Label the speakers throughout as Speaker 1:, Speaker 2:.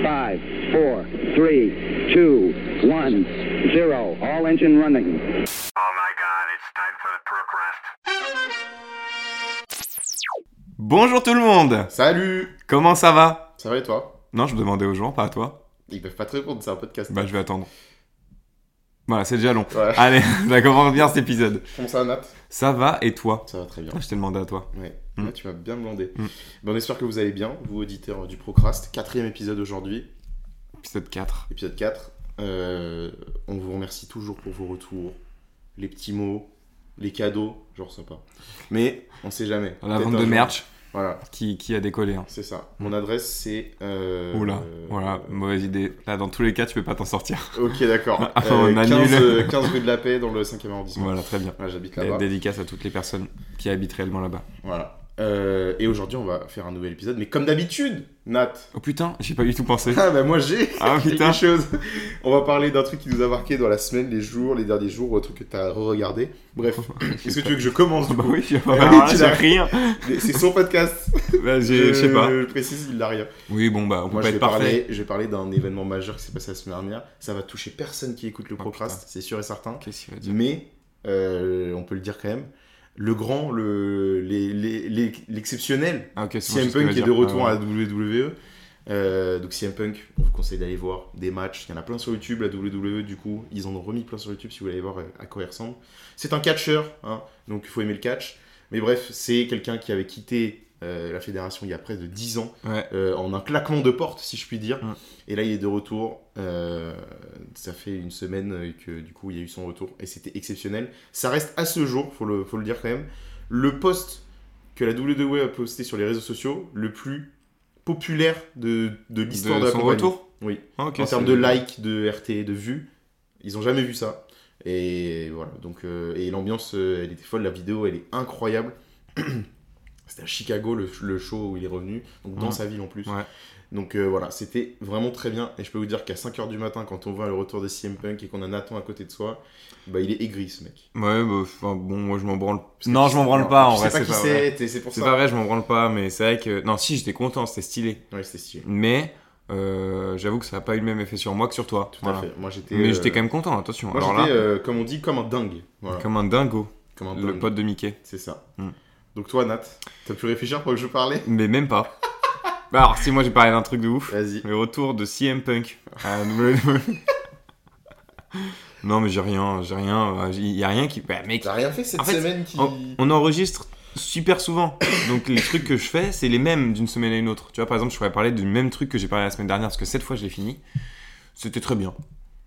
Speaker 1: Five, four, three, two, one, zero. All engine running.
Speaker 2: Oh my god, it's time for the perk rest.
Speaker 3: Bonjour tout le monde
Speaker 4: Salut
Speaker 3: Comment ça va
Speaker 4: Ça va et toi
Speaker 3: Non, je demandais aux gens, pas à toi.
Speaker 4: Ils peuvent pas te répondre, c'est un podcast.
Speaker 3: Bah, je vais attendre. Voilà, c'est déjà long.
Speaker 4: Ouais.
Speaker 3: Allez, ça commence bien cet épisode.
Speaker 4: Comment ça va, Nat
Speaker 3: Ça va et toi
Speaker 4: Ça va très bien.
Speaker 3: Ah, Je t'ai demandé à toi.
Speaker 4: Ouais,
Speaker 3: Mm.
Speaker 4: Là, tu m'as bien demandé.
Speaker 3: Mm.
Speaker 4: Mais on espère que vous allez bien, vous auditeurs du Procrast. Quatrième épisode aujourd'hui,
Speaker 3: Épisode 4.
Speaker 4: épisode 4. Euh, on vous remercie toujours pour vos retours, les petits mots, les cadeaux, genre sympa. Mais on sait jamais.
Speaker 3: La
Speaker 4: Peut-être
Speaker 3: vente
Speaker 4: un
Speaker 3: de
Speaker 4: jour.
Speaker 3: merch
Speaker 4: Voilà,
Speaker 3: qui, qui a décollé. hein.
Speaker 4: c'est ça. Mon adresse c'est. Euh,
Speaker 3: Oula,
Speaker 4: euh,
Speaker 3: voilà, mauvaise idée. Là, dans tous les cas, tu peux pas t'en sortir.
Speaker 4: Ok, d'accord.
Speaker 3: Ah, on annule.
Speaker 4: 15, euh, 15 rue de la Paix dans le 5e arrondissement.
Speaker 3: Voilà, très bien.
Speaker 4: Voilà, J'habite
Speaker 3: Et
Speaker 4: là-bas.
Speaker 3: Dédicace à toutes les personnes qui habitent réellement là-bas.
Speaker 4: Voilà. Euh, et aujourd'hui, on va faire un nouvel épisode, mais comme d'habitude, Nat.
Speaker 3: Oh putain, j'ai pas du tout pensé.
Speaker 4: Ah bah moi j'ai
Speaker 3: Ah
Speaker 4: quelque
Speaker 3: putain
Speaker 4: chose. On va parler d'un truc qui nous a marqué dans la semaine, les jours, les derniers jours, un truc que t'as regardé. Bref, est-ce que tu veux que je commence
Speaker 3: Ah
Speaker 4: du
Speaker 3: Bah
Speaker 4: coup
Speaker 3: oui, tu vas pas
Speaker 4: Eh
Speaker 3: faire
Speaker 4: oui,
Speaker 3: un,
Speaker 4: tu
Speaker 3: j'ai
Speaker 4: l'as-
Speaker 3: rien.
Speaker 4: Mais C'est son podcast.
Speaker 3: Bah, j'ai- je sais pas.
Speaker 4: Je précise, il n'a rien.
Speaker 3: Oui, bon, bah, on peut
Speaker 4: Euh, Moi,
Speaker 3: pas
Speaker 4: je
Speaker 3: être
Speaker 4: vais,
Speaker 3: parfait.
Speaker 4: parler, je vais parler d'un événement majeur qui s'est passé la semaine dernière. Ça va toucher personne qui écoute le
Speaker 3: Oh,
Speaker 4: Procrast, c'est sûr et certain.
Speaker 3: Qu'est-ce qu'il va dire
Speaker 4: Mais euh, on peut le dire quand même. Le grand, le- les- les- les- l'exceptionnel,
Speaker 3: Ah, ok, c'est bon, je
Speaker 4: CM
Speaker 3: sais ce qu'il
Speaker 4: Punk
Speaker 3: va
Speaker 4: est de
Speaker 3: dire.
Speaker 4: retour
Speaker 3: Ah,
Speaker 4: à la WWE. Euh, donc CM Punk, on vous conseille d'aller voir des matchs. Il y en a plein sur YouTube. La WWE, du coup, ils en ont remis plein sur YouTube si vous voulez aller voir à quoi il ressemble. C'est un catcheur, hein, donc il faut aimer le catch. Mais bref, c'est quelqu'un qui avait quitté euh, la fédération il y a près de 10 ans,
Speaker 3: Ouais.
Speaker 4: euh, en un claquement de porte, si je puis dire.
Speaker 3: Mm.
Speaker 4: Et là, il est de retour. Euh, ça fait une semaine que, du coup, il y a eu son retour. Et c'était exceptionnel. Ça reste à ce jour, faut le, faut le dire quand même, le poste que la WWE a posté sur les réseaux sociaux le plus populaire de, de l'histoire de,
Speaker 3: de
Speaker 4: la
Speaker 3: son
Speaker 4: compagnie.
Speaker 3: retour
Speaker 4: Oui.
Speaker 3: Ah, ok,
Speaker 4: en termes
Speaker 3: c'est-
Speaker 4: de likes, de RT, de vues, ils ont jamais vu ça. Et voilà. Donc euh, et l'ambiance, euh, elle était folle. La vidéo, elle est incroyable. C'était à Chicago le, le show où il est revenu, donc dans
Speaker 3: Ouais.
Speaker 4: sa ville en plus.
Speaker 3: Ouais.
Speaker 4: Donc euh, voilà, c'était vraiment très bien. Et je peux vous dire qu'à 5h du matin, quand on voit le retour de CM Punk et qu'on a Nathan à côté de soi, bah il est aigri ce mec.
Speaker 3: Ouais, bah, enfin, bon, moi je m'en branle.
Speaker 4: Parce que
Speaker 3: Non, je
Speaker 4: tu sais-
Speaker 3: m'en branle pas,
Speaker 4: tu
Speaker 3: en
Speaker 4: sais
Speaker 3: vrai,
Speaker 4: pas
Speaker 3: c'est
Speaker 4: qui
Speaker 3: pas vrai.
Speaker 4: c'est, c'est pour
Speaker 3: C'est
Speaker 4: ça.
Speaker 3: pas vrai, je m'en branle pas, mais c'est vrai que. Non, si, j'étais content, c'était stylé.
Speaker 4: Ouais, c'était stylé.
Speaker 3: Mais euh, j'avoue que ça a pas eu le même effet sur moi que sur toi.
Speaker 4: Tout
Speaker 3: Voilà.
Speaker 4: à fait. Moi j'étais.
Speaker 3: Mais
Speaker 4: euh,
Speaker 3: j'étais quand même content, attention.
Speaker 4: Moi
Speaker 3: Alors
Speaker 4: j'étais,
Speaker 3: là,
Speaker 4: euh, comme on dit, comme un dingue. Voilà. Comme,
Speaker 3: comme un dingo,
Speaker 4: un dingue.
Speaker 3: le pote de Mickey.
Speaker 4: C'est ça.
Speaker 3: Mm.
Speaker 4: Donc toi, Nat, t'as pu réfléchir pour que je parlais
Speaker 3: Mais même pas. Bah, Alors, si moi j'ai parlé d'un truc de ouf,
Speaker 4: Vas-y.
Speaker 3: le retour de CM Punk à la WWE. Non, mais j'ai rien, j'ai rien, il y a rien qui. Bah, mec,
Speaker 4: T'as rien fait cette
Speaker 3: En fait,
Speaker 4: semaine qui.
Speaker 3: on, on enregistre super souvent. Donc les trucs que je fais, c'est les mêmes d'une semaine à une autre. Tu vois, par exemple, je pourrais parler du même truc que j'ai parlé la semaine dernière, parce que cette fois, je l'ai fini. C'était très bien.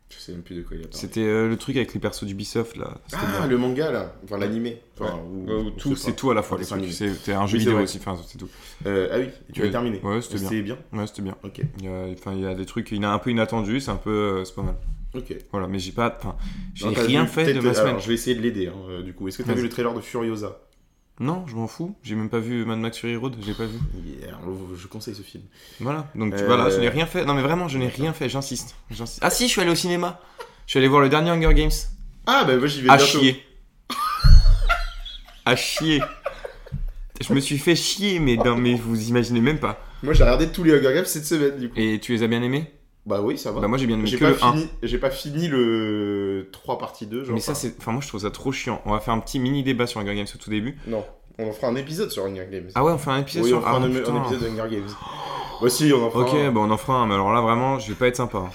Speaker 4: Je sais même plus de quoi il a parlé.
Speaker 3: C'était euh, le truc avec les persos du Ubisoft, là. C'était
Speaker 4: Ah,
Speaker 3: bien.
Speaker 4: le manga là, enfin l'animé. Enfin, ou-
Speaker 3: Euh,
Speaker 4: ou
Speaker 3: tout,
Speaker 4: je sais
Speaker 3: c'est
Speaker 4: pas.
Speaker 3: tout à la fois.
Speaker 4: Un
Speaker 3: le
Speaker 4: dessin
Speaker 3: truc.
Speaker 4: animé.
Speaker 3: C'est c'est un jeu
Speaker 4: Oui, c'est
Speaker 3: vidéo
Speaker 4: vrai.
Speaker 3: aussi, enfin, c'est tout.
Speaker 4: Euh, ah oui, et tu
Speaker 3: Ouais.
Speaker 4: l'as terminé.
Speaker 3: Ouais, c'était bien. Ouais, c'était bien.
Speaker 4: Ok,
Speaker 3: Il y a, enfin, il y a des trucs, il y en a un peu inattendu, c'est un peu, euh, c'est pas mal.
Speaker 4: ok.
Speaker 3: Voilà, mais j'ai pas, enfin, j'ai
Speaker 4: Non, t'as
Speaker 3: rien
Speaker 4: vu
Speaker 3: fait de
Speaker 4: peut-être- euh,
Speaker 3: ma semaine.
Speaker 4: Alors, je vais essayer de l'aider hein, euh, du coup. Est-ce que t'as
Speaker 3: Vas-y.
Speaker 4: vu le trailer de Furiosa
Speaker 3: Non, je m'en fous. J'ai même pas vu Mad Max Fury Road, j'ai pas vu.
Speaker 4: Yeah, on- Je conseille ce film.
Speaker 3: Voilà, donc
Speaker 4: Euh,
Speaker 3: voilà, je n'ai rien fait. Non, mais vraiment, je n'ai rien fait, j'insiste. J'insiste. Ah si, je suis allé au cinéma. Je suis allé voir le dernier Hunger Games.
Speaker 4: Ah bah moi j'y vais
Speaker 3: À
Speaker 4: bientôt.
Speaker 3: chier. à chier. Je me suis fait chier, mais, non, mais vous imaginez même pas.
Speaker 4: Moi j'ai regardé tous les Hunger Games cette semaine du coup.
Speaker 3: Et tu les as bien aimés
Speaker 4: Bah oui, ça va.
Speaker 3: Bah moi j'ai bien aimé
Speaker 4: J'ai
Speaker 3: que
Speaker 4: pas,
Speaker 3: le 1.
Speaker 4: fini, j'ai pas fini le 3 partie 2, genre.
Speaker 3: Mais ça
Speaker 4: enfin,
Speaker 3: c'est... Enfin moi je trouve ça trop chiant. On va faire un petit mini débat sur Hunger Games au tout début.
Speaker 4: Non, on en fera un épisode sur Hunger Games.
Speaker 3: Ah ouais, on fait un épisode
Speaker 4: oui,
Speaker 3: sur...
Speaker 4: on fera
Speaker 3: ah,
Speaker 4: un,
Speaker 3: putain.
Speaker 4: un épisode de Hunger Games. bah si, on en fera
Speaker 3: Ok,
Speaker 4: un.
Speaker 3: bon on en fera un, mais alors là vraiment, je vais pas être sympa. hein.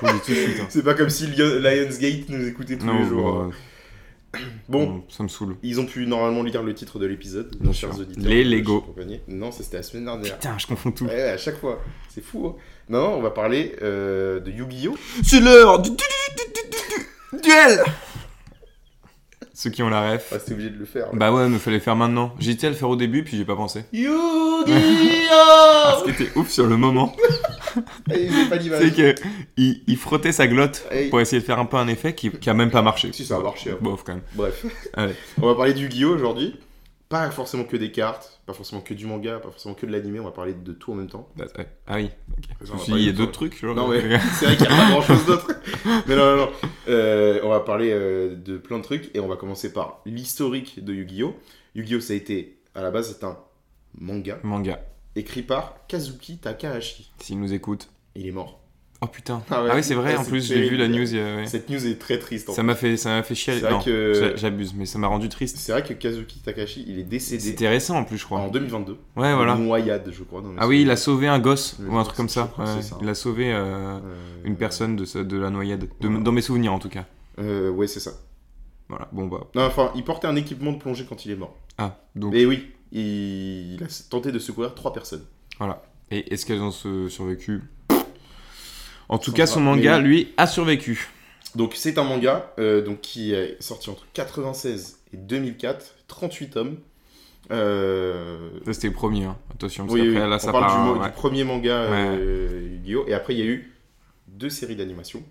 Speaker 3: Je vous le dis tout de suite. hein.
Speaker 4: C'est pas comme si Lion- Lionsgate nous écoutait tous
Speaker 3: Non,
Speaker 4: les jours. hein.
Speaker 3: bon, euh,
Speaker 4: Bon,
Speaker 3: bon, ça me saoule.
Speaker 4: ils ont pu normalement lire le titre de l'épisode,
Speaker 3: Bien
Speaker 4: nos
Speaker 3: sûr.
Speaker 4: chers auditeurs.
Speaker 3: Les Lego.
Speaker 4: chers compagnons. Non, ça c'était la semaine dernière.
Speaker 3: Putain, je confonds tout.
Speaker 4: Ouais, à chaque fois. C'est fou, hein. Non, on va parler euh, de Yu-Gi-Oh!
Speaker 3: C'est l'heure du, du- du- du- du- du- du- duel Ceux qui ont la ref.
Speaker 4: Ah, c'était obligé de le faire. là.
Speaker 3: Bah ouais, me fallait faire maintenant. J'étais à le faire au début, puis j'ai pas pensé. Ah,
Speaker 4: Yu-Gi-Oh!
Speaker 3: ce qui était ouf sur le moment,
Speaker 4: Et j'ai pas
Speaker 3: c'est
Speaker 4: l'image.
Speaker 3: que il, il frottait sa glotte
Speaker 4: Hey.
Speaker 3: pour essayer de faire un peu un effet qui, qui a même pas marché.
Speaker 4: Si, ça a marché, hein.
Speaker 3: Bof quand même.
Speaker 4: Bref.
Speaker 3: Allez.
Speaker 4: On va parler du Yu-Gi-Oh aujourd'hui. Pas forcément que des cartes, pas forcément que du manga, pas forcément que de l'animé, on va parler de tout en même temps.
Speaker 3: Bah, ouais. Ah oui. Je me
Speaker 4: On va
Speaker 3: suis dit,
Speaker 4: parler
Speaker 3: il y a
Speaker 4: de
Speaker 3: d'autres
Speaker 4: tout.
Speaker 3: trucs. genre.
Speaker 4: Non, mais c'est vrai qu'il n'y a pas grand chose d'autre. Mais non, non, non. Euh, on va parler euh, de plein de trucs et on va commencer par l'historique de Yu-Gi-Oh! Yu-Gi-Oh! ça a été, à la base, c'est un manga
Speaker 3: Manga.
Speaker 4: écrit par Kazuki Takahashi.
Speaker 3: S'ils nous écoutent,
Speaker 4: Il est mort.
Speaker 3: Oh putain.
Speaker 4: Ah
Speaker 3: Ah,
Speaker 4: ouais.
Speaker 3: oui, c'est vrai,
Speaker 4: Ouais,
Speaker 3: en
Speaker 4: c'est
Speaker 3: plus, j'ai vu la
Speaker 4: terrible.
Speaker 3: news. il y a- ouais.
Speaker 4: Cette news est très triste. en
Speaker 3: Ça m'a fait, ça m'a fait chier.
Speaker 4: C'est vrai
Speaker 3: Non,
Speaker 4: que- euh,
Speaker 3: j'a- j'abuse, mais ça m'a rendu triste.
Speaker 4: C'est vrai que Kazuki Takashi, il est décédé
Speaker 3: C'était récent en plus, je crois.
Speaker 4: en 2022.
Speaker 3: Ouais, voilà.
Speaker 4: Une noyade, je crois. dans la
Speaker 3: Ah oui, il a
Speaker 4: soirée.
Speaker 3: sauvé un gosse
Speaker 4: Le
Speaker 3: ou un truc
Speaker 4: gosse,
Speaker 3: comme
Speaker 4: je
Speaker 3: ça.
Speaker 4: crois que
Speaker 3: ouais.
Speaker 4: c'est ça.
Speaker 3: Il a sauvé euh,
Speaker 4: Euh,
Speaker 3: une personne de, ce- de la noyade. De-
Speaker 4: voilà.
Speaker 3: Dans mes souvenirs en tout cas.
Speaker 4: euh, ouais, c'est ça.
Speaker 3: Voilà, bon bah.
Speaker 4: Non, enfin, il portait un équipement de plongée quand il est mort.
Speaker 3: Ah, donc.
Speaker 4: Et oui, il, il a tenté de secourir trois personnes.
Speaker 3: Et est-ce qu'elles ont se- survécu En tout
Speaker 4: Sans
Speaker 3: cas, son
Speaker 4: savoir,
Speaker 3: manga,
Speaker 4: mais-
Speaker 3: lui, a survécu.
Speaker 4: Donc, c'est un manga euh, donc, qui est sorti entre 96 et 2004, 38 tomes. Euh,
Speaker 3: Ça, c'était le premier, hein. attention, parce
Speaker 4: oui,
Speaker 3: qu'après,
Speaker 4: oui,
Speaker 3: là,
Speaker 4: on
Speaker 3: ça
Speaker 4: parle
Speaker 3: part.
Speaker 4: du,
Speaker 3: hein,
Speaker 4: mo-
Speaker 3: ouais.
Speaker 4: du premier manga euh, Yu-Gi-Oh! Et après, il y a eu deux séries d'animation.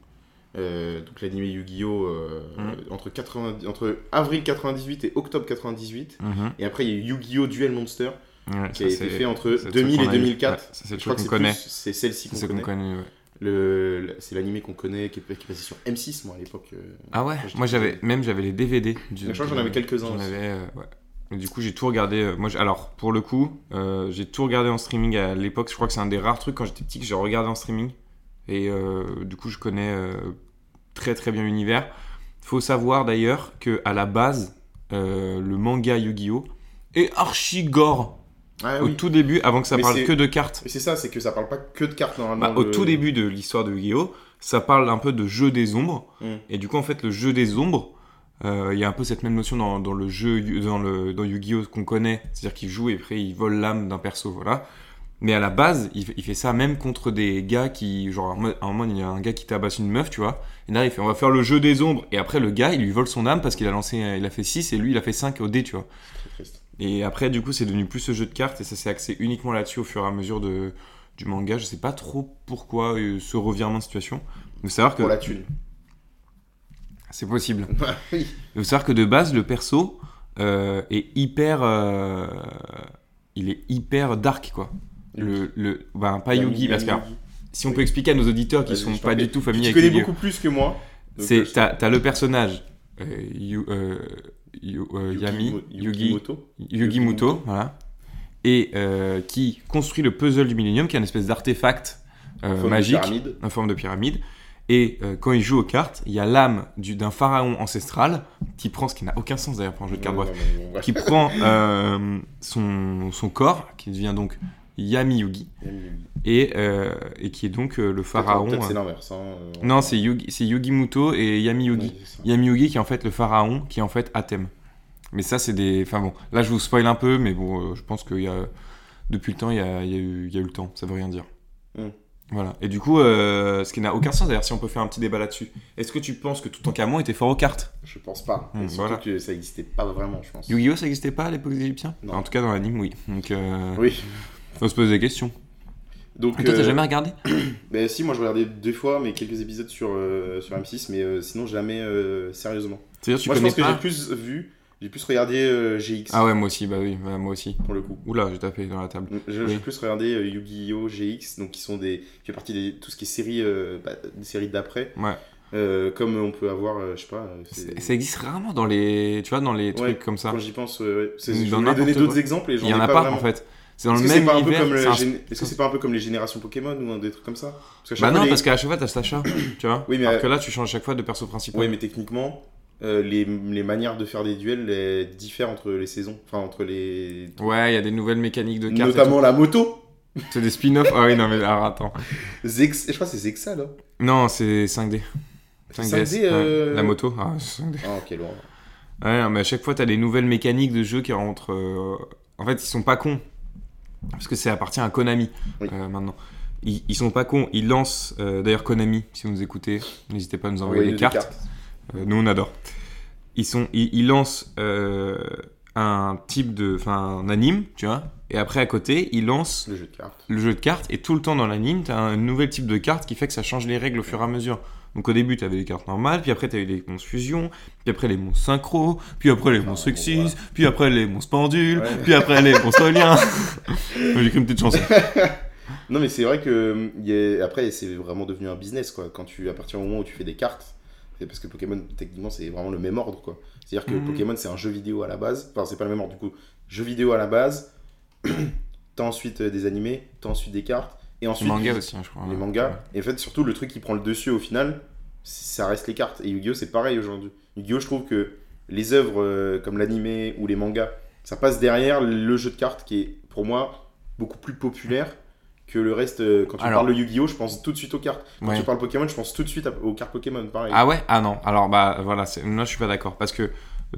Speaker 4: Euh, donc, l'anime Yu-Gi-Oh! euh,
Speaker 3: Mm.
Speaker 4: entre, 90 entre avril 98 et octobre 98.
Speaker 3: Mhm.
Speaker 4: Et après, il y a eu Yu-Gi-Oh! Duel Monster
Speaker 3: Ouais, ça,
Speaker 4: qui a été
Speaker 3: c'est-
Speaker 4: fait entre
Speaker 3: c'est le truc
Speaker 4: 2000 et
Speaker 3: qu'on a eu.
Speaker 4: 2004.
Speaker 3: Ouais, ça, c'est le truc
Speaker 4: Je crois que
Speaker 3: qu'on
Speaker 4: c'est
Speaker 3: connaît.
Speaker 4: plus- C'est celle-ci
Speaker 3: C'est
Speaker 4: qu'on
Speaker 3: ce qu'on
Speaker 4: connaît.
Speaker 3: connaît, ouais.
Speaker 4: Le- le- c'est l'animé qu'on connaît, qui est, qui est passé sur M6, moi, à l'époque. euh.
Speaker 3: Ah ouais
Speaker 4: Quand j'étais
Speaker 3: Moi, j'avais
Speaker 4: petit.
Speaker 3: même j'avais les DVD. Du,
Speaker 4: Je crois que
Speaker 3: du-
Speaker 4: j'en avais quelques-uns
Speaker 3: J'en
Speaker 4: aussi.
Speaker 3: avais, euh, ouais. Et du coup, j'ai tout regardé. euh, moi, j'- alors, pour le coup, euh, j'ai tout regardé en streaming à l'époque. Je crois que c'est un des rares trucs quand j'étais petit que j'ai regardé en streaming. Et euh, du coup, je connais euh, très très bien l'univers. Faut savoir d'ailleurs que à la base, euh, le manga Yu-Gi-Oh est archi gore
Speaker 4: Ah
Speaker 3: au
Speaker 4: oui.
Speaker 3: tout début, avant que ça
Speaker 4: Mais
Speaker 3: parle
Speaker 4: c'est-
Speaker 3: que de cartes.
Speaker 4: Mais c'est ça, c'est que ça parle pas que de cartes normalement.
Speaker 3: Bah, Au
Speaker 4: le-
Speaker 3: tout début de l'histoire de Yu-Gi-Oh, ça parle un peu de jeu des ombres.
Speaker 4: Mm.
Speaker 3: Et du coup, en fait, le jeu des ombres, euh, il y a un peu cette même notion dans, dans le jeu, Yu- dans, le, dans Yu-Gi-Oh qu'on connaît. C'est-à-dire qu'il joue et après il vole l'âme d'un perso, voilà. Mais à la base, il, fait- il fait ça même contre des gars qui. Genre, en mode- à un moment, il y a un gars qui tabasse une meuf, tu vois. Et là, il fait on va faire le jeu des ombres. Et après, le gars, il lui vole son âme parce qu'il a lancé. Il a fait 6 et lui, il a fait 5 au dé, tu vois.
Speaker 4: Très triste.
Speaker 3: Et après, du coup, c'est devenu plus ce jeu de cartes et ça s'est axé uniquement là-dessus au fur et à mesure de, du manga. Je sais pas trop pourquoi euh, ce revirement de situation. Il faut savoir que
Speaker 4: Pour la thune.
Speaker 3: c'est possible.
Speaker 4: Bah oui.
Speaker 3: Il faut savoir que de base, le perso euh, est hyper. euh, il est hyper dark, quoi. Le, le, ben, pas Yugi, parce que alors, si on peut expliquer à nos auditeurs qui
Speaker 4: Vas-y,
Speaker 3: sont
Speaker 4: je t'en
Speaker 3: pas
Speaker 4: prie.
Speaker 3: du tout
Speaker 4: Tu
Speaker 3: familiers avec
Speaker 4: connais
Speaker 3: Yu-Gi-Oh!
Speaker 4: beaucoup plus que moi. donc,
Speaker 3: C'est
Speaker 4: euh,
Speaker 3: t'as t'as le personnage euh, Yu- euh, Yu- euh,
Speaker 4: Yugi
Speaker 3: Yami
Speaker 4: Mo-
Speaker 3: Yugi
Speaker 4: Moto.
Speaker 3: Yugi Muto, voilà, et euh, qui construit le puzzle du Millennium, qui est une espèce d'artefact euh,
Speaker 4: Forme de
Speaker 3: magique
Speaker 4: pyramide.
Speaker 3: en forme de pyramide. Et euh, quand il joue aux cartes, il y a l'âme du- d'un pharaon ancestral qui prend, ce qui n'a aucun sens d'ailleurs pour un jeu de cartes, bref,
Speaker 4: Non, non, non, non, bref.
Speaker 3: qui prend euh, son, son corps, qui devient donc Yami Yugi,
Speaker 4: Yami Yugi.
Speaker 3: et, euh, et qui est donc euh, le pharaon.
Speaker 4: Peut-être c'est
Speaker 3: euh,
Speaker 4: l'inverse. hein, euh,
Speaker 3: non, c'est Yugi, c'est Yugi Muto et Yami Yugi.
Speaker 4: ouais, c'est ça.
Speaker 3: Yami Yugi qui est en fait le pharaon, qui est en fait Athème. Mais ça, c'est des. Enfin bon, là je vous spoil un peu, mais bon, euh, je pense qu'il y a. Depuis le temps, il y a, il y a eu, il y a eu le temps, ça veut rien dire.
Speaker 4: Mm.
Speaker 3: Voilà. Et du coup, euh, ce qui n'a aucun sens d'ailleurs, si on peut faire un petit débat là-dessus. Est-ce que tu penses que tout en Camon était fort aux cartes
Speaker 4: Je pense pas.
Speaker 3: Hmm,
Speaker 4: Et surtout
Speaker 3: voilà.
Speaker 4: que ça existait pas vraiment, je pense.
Speaker 3: Yu-Gi-Oh, ça n'existait pas à l'époque des Égyptiens
Speaker 4: Non.
Speaker 3: En tout cas, dans l'anime, oui. Donc, euh,
Speaker 4: Oui.
Speaker 3: faut se poser des questions.
Speaker 4: Donc,
Speaker 3: Et Ah, toi, t'as
Speaker 4: euh,
Speaker 3: jamais regardé
Speaker 4: Ben si, moi je regardais deux fois, mais quelques épisodes sur, euh, sur M6, mais euh, sinon jamais euh, sérieusement.
Speaker 3: C'est-à-dire, tu
Speaker 4: moi je
Speaker 3: connais
Speaker 4: pense que
Speaker 3: pas
Speaker 4: j'ai plus vu, j'ai plus regardé euh, GX
Speaker 3: Ah ouais, moi aussi, bah oui, bah, moi aussi.
Speaker 4: pour le coup.
Speaker 3: Oula, j'ai tapé dans la table.
Speaker 4: Je-
Speaker 3: Oui.
Speaker 4: J'ai plus regardé euh, Yu-Gi-Oh! GX, donc qui sont des. qui fait partie de tout ce qui est séries, euh, bah, des séries d'après.
Speaker 3: Ouais.
Speaker 4: Euh, comme on peut avoir, euh, je sais pas. euh, c'est-
Speaker 3: C'est- Ça existe rarement dans les. Tu vois, dans les trucs
Speaker 4: Ouais,
Speaker 3: comme ça.
Speaker 4: Quand j'y pense, euh, ouais. C'est- je
Speaker 3: Dans
Speaker 4: voulais donner
Speaker 3: n'importe
Speaker 4: d'autres
Speaker 3: quoi.
Speaker 4: exemples et j'en
Speaker 3: Il
Speaker 4: ai
Speaker 3: y en a
Speaker 4: pas,
Speaker 3: pas,
Speaker 4: vraiment.
Speaker 3: en fait. C'est dans
Speaker 4: Est-ce
Speaker 3: le
Speaker 4: que c'est
Speaker 3: même
Speaker 4: pas un peu
Speaker 3: univers.
Speaker 4: comme la
Speaker 3: c'est un-
Speaker 4: gén- Est-ce que c'est pas un peu comme les générations Pokémon ou un des trucs comme ça Parce qu'à chaque
Speaker 3: Bah
Speaker 4: fois,
Speaker 3: non,
Speaker 4: les-
Speaker 3: parce qu'à chaque fois, t'as cet achat, tu vois.
Speaker 4: Oui, mais,
Speaker 3: Alors
Speaker 4: euh,
Speaker 3: que là, tu changes chaque fois de perso principal.
Speaker 4: Ouais, mais techniquement, euh, les, les manières de faire des duels elles diffèrent entre les saisons. Enfin, entre les.
Speaker 3: Ouais, il y a des nouvelles mécaniques de cartes. et
Speaker 4: Notamment la moto
Speaker 3: tout. C'est des spin-offs. Ah oui, non, mais alors attends.
Speaker 4: Zex... Je crois que c'est Zexa là.
Speaker 3: Non, c'est 5D.
Speaker 4: C'est
Speaker 3: 5DS,
Speaker 4: 5D, euh,
Speaker 3: ouais. La moto. Ah, c'est 5D.
Speaker 4: Ah, ok, loin.
Speaker 3: Ouais, non, mais à chaque fois, t'as des nouvelles mécaniques de jeu qui rentrent. euh, En fait, ils sont pas cons. Parce que ça appartient à Konami
Speaker 4: Oui.
Speaker 3: euh, maintenant. Ils, ils sont pas cons. Ils lancent. euh, D'ailleurs, Konami, si vous nous écoutez, n'hésitez pas à nous envoyer des cartes. Euh, nous, on adore. Ils, sont, ils, ils lancent euh, un type de. Enfin, un anime, tu vois. Et après, à côté, ils lancent
Speaker 4: Le jeu de cartes.
Speaker 3: le jeu de cartes. Et tout le temps dans l'anime, t'as un nouvel type de carte qui fait que ça change les règles au fur et à mesure. Donc, au début, t'avais les cartes normales, puis après, t'avais les monstres fusion, puis après, les monstres synchro, puis après, les monstres
Speaker 4: bon,
Speaker 3: Xyz,
Speaker 4: voilà.
Speaker 3: puis après, les monstres pendules,
Speaker 4: Ouais.
Speaker 3: puis après, les monstres liens. J'ai écrit une petite chanson.
Speaker 4: Non, mais c'est vrai que. euh, il y a- Après, c'est vraiment devenu un business quoi. Quand tu... À partir du moment où tu fais des cartes. C'est parce que Pokémon, techniquement, c'est vraiment le même ordre quoi. C'est-à-dire que
Speaker 3: Mhm.
Speaker 4: Pokémon, c'est un jeu vidéo à la base. Enfin, c'est pas le même ordre du coup. Jeu vidéo à la base. T'as ensuite euh, des animés. T'as ensuite des cartes. Et
Speaker 3: Les
Speaker 4: ensuite,
Speaker 3: mangas aussi, hein, je crois.
Speaker 4: les mangas. Et en fait, surtout, le truc qui prend le dessus au final, c- ça reste les cartes. Et Yu-Gi-Oh! c'est pareil aujourd'hui. Yu-Gi-Oh! je trouve que les œuvres euh, comme l'anime ou les mangas, ça passe derrière le jeu de cartes qui est, pour moi, beaucoup plus populaire que le reste. Euh, Quand tu
Speaker 3: Alors.
Speaker 4: parles de Yu-Gi-Oh! je pense tout de suite aux cartes. Quand
Speaker 3: Ouais.
Speaker 4: tu parles Pokémon, je pense tout de suite à- aux cartes Pokémon, pareil.
Speaker 3: Ah ouais Ah non. Alors bah voilà, c'est- moi je suis pas d'accord parce que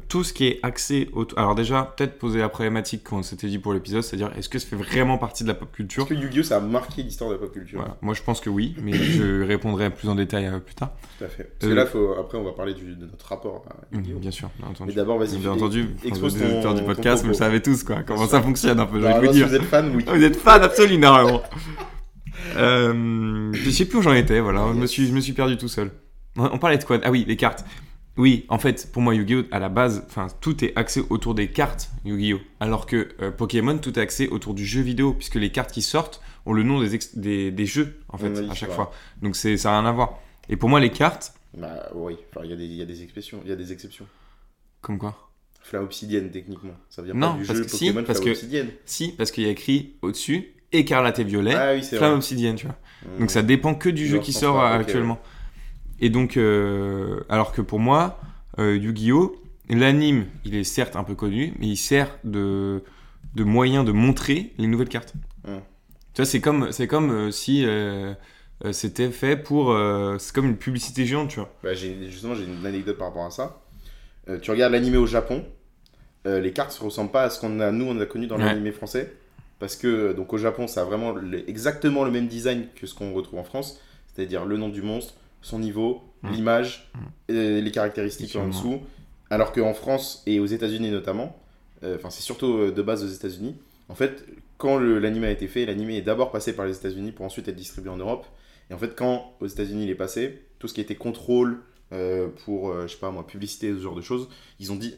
Speaker 3: tout ce qui est axé au alors déjà peut-être poser la problématique qu'on s'était dit pour l'épisode, c'est-à-dire est-ce que ça fait vraiment partie de la pop culture
Speaker 4: Parce que Yu-Gi-Oh! ça a marqué l'histoire de la pop culture.
Speaker 3: Voilà. Moi je pense que oui, mais je répondrai plus en détail euh, plus tard.
Speaker 4: Tout à fait. Parce
Speaker 3: Euh,
Speaker 4: que là, faut... après, on va parler du- de notre rapport à
Speaker 3: Mm,
Speaker 4: Yu-Gi-Oh!
Speaker 3: bien sûr, bien
Speaker 4: Mais
Speaker 3: entendu.
Speaker 4: d'abord, vas-y,
Speaker 3: Bien
Speaker 4: fais-
Speaker 3: entendu,
Speaker 4: expose
Speaker 3: les
Speaker 4: ton-
Speaker 3: auditeurs du
Speaker 4: ton
Speaker 3: podcast, vous le
Speaker 4: propos.
Speaker 3: savez tous quoi, comment
Speaker 4: sûr.
Speaker 3: ça fonctionne un peu, je
Speaker 4: Bah,
Speaker 3: vais vous
Speaker 4: alors,
Speaker 3: dire.
Speaker 4: Si vous êtes fan, oui.
Speaker 3: Ah, Vous êtes fan absolu, normalement. Euh, je sais plus où j'en étais, voilà. Je me suis, je me suis perdu tout seul. On on parlait de quoi Ah oui, les cartes. Oui, en fait, pour moi, Yu-Gi-Oh! à la base, enfin, tout est axé autour des cartes Yu-Gi-Oh! Alors que euh, Pokémon, tout est axé autour du jeu vidéo, puisque les cartes qui sortent ont le nom des, ex- des, des jeux, en fait,
Speaker 4: Oui,
Speaker 3: à
Speaker 4: c'est
Speaker 3: chaque
Speaker 4: vrai.
Speaker 3: fois. Donc c'est, ça n'a rien à voir. Et pour moi, les cartes,
Speaker 4: Bah oui, Enfin, il y, a des- il y a des exceptions. Il y a des exceptions.
Speaker 3: comme quoi
Speaker 4: Flamme obsidienne, techniquement. Ça veut dire
Speaker 3: Non,
Speaker 4: pas du
Speaker 3: parce
Speaker 4: jeu
Speaker 3: que si,
Speaker 4: Pokémon
Speaker 3: parce
Speaker 4: Flamme
Speaker 3: que-
Speaker 4: obsidienne.
Speaker 3: Si, parce qu'il y a écrit au-dessus, écarlate et violet,
Speaker 4: Ah oui, c'est
Speaker 3: flamme
Speaker 4: vrai.
Speaker 3: obsidienne, tu vois.
Speaker 4: Mmh.
Speaker 3: Donc ça dépend que du
Speaker 4: Je
Speaker 3: jeu
Speaker 4: leur
Speaker 3: qui
Speaker 4: pense
Speaker 3: sort
Speaker 4: pas, ok,
Speaker 3: actuellement. Et donc, euh, alors que pour moi, euh, Yu-Gi-Oh, l'anime, il est certes un peu connu, mais il sert de, de moyen de montrer les nouvelles cartes.
Speaker 4: Hmm.
Speaker 3: Tu vois, c'est comme, c'est comme euh, si euh, euh, c'était fait pour... euh, c'est comme une publicité géante, tu vois.
Speaker 4: Bah, j'ai- justement, j'ai une anecdote par rapport à ça. Euh, tu regardes l'animé au Japon, euh, les cartes se ressemblent pas à ce qu'on a, nous, on a connu dans
Speaker 3: Ouais.
Speaker 4: l'animé français. Parce que, euh, donc au Japon, ça a vraiment le- exactement le même design que ce qu'on retrouve en France. C'est-à-dire le nom du monstre, son niveau,
Speaker 3: Mm.
Speaker 4: l'image, et les caractéristiques en
Speaker 3: Effectivement.
Speaker 4: dessous. Alors qu'en France et aux États-Unis notamment, euh, enfin, c'est surtout euh, de base aux États-Unis, en fait, quand le- l'anime a été fait, l'anime est d'abord passé par les États-Unis pour ensuite être distribué en Europe. Et en fait, quand aux États-Unis il est passé, tout ce qui était contrôle euh, pour, euh, je sais pas moi, publicité, ce genre de choses, ils ont dit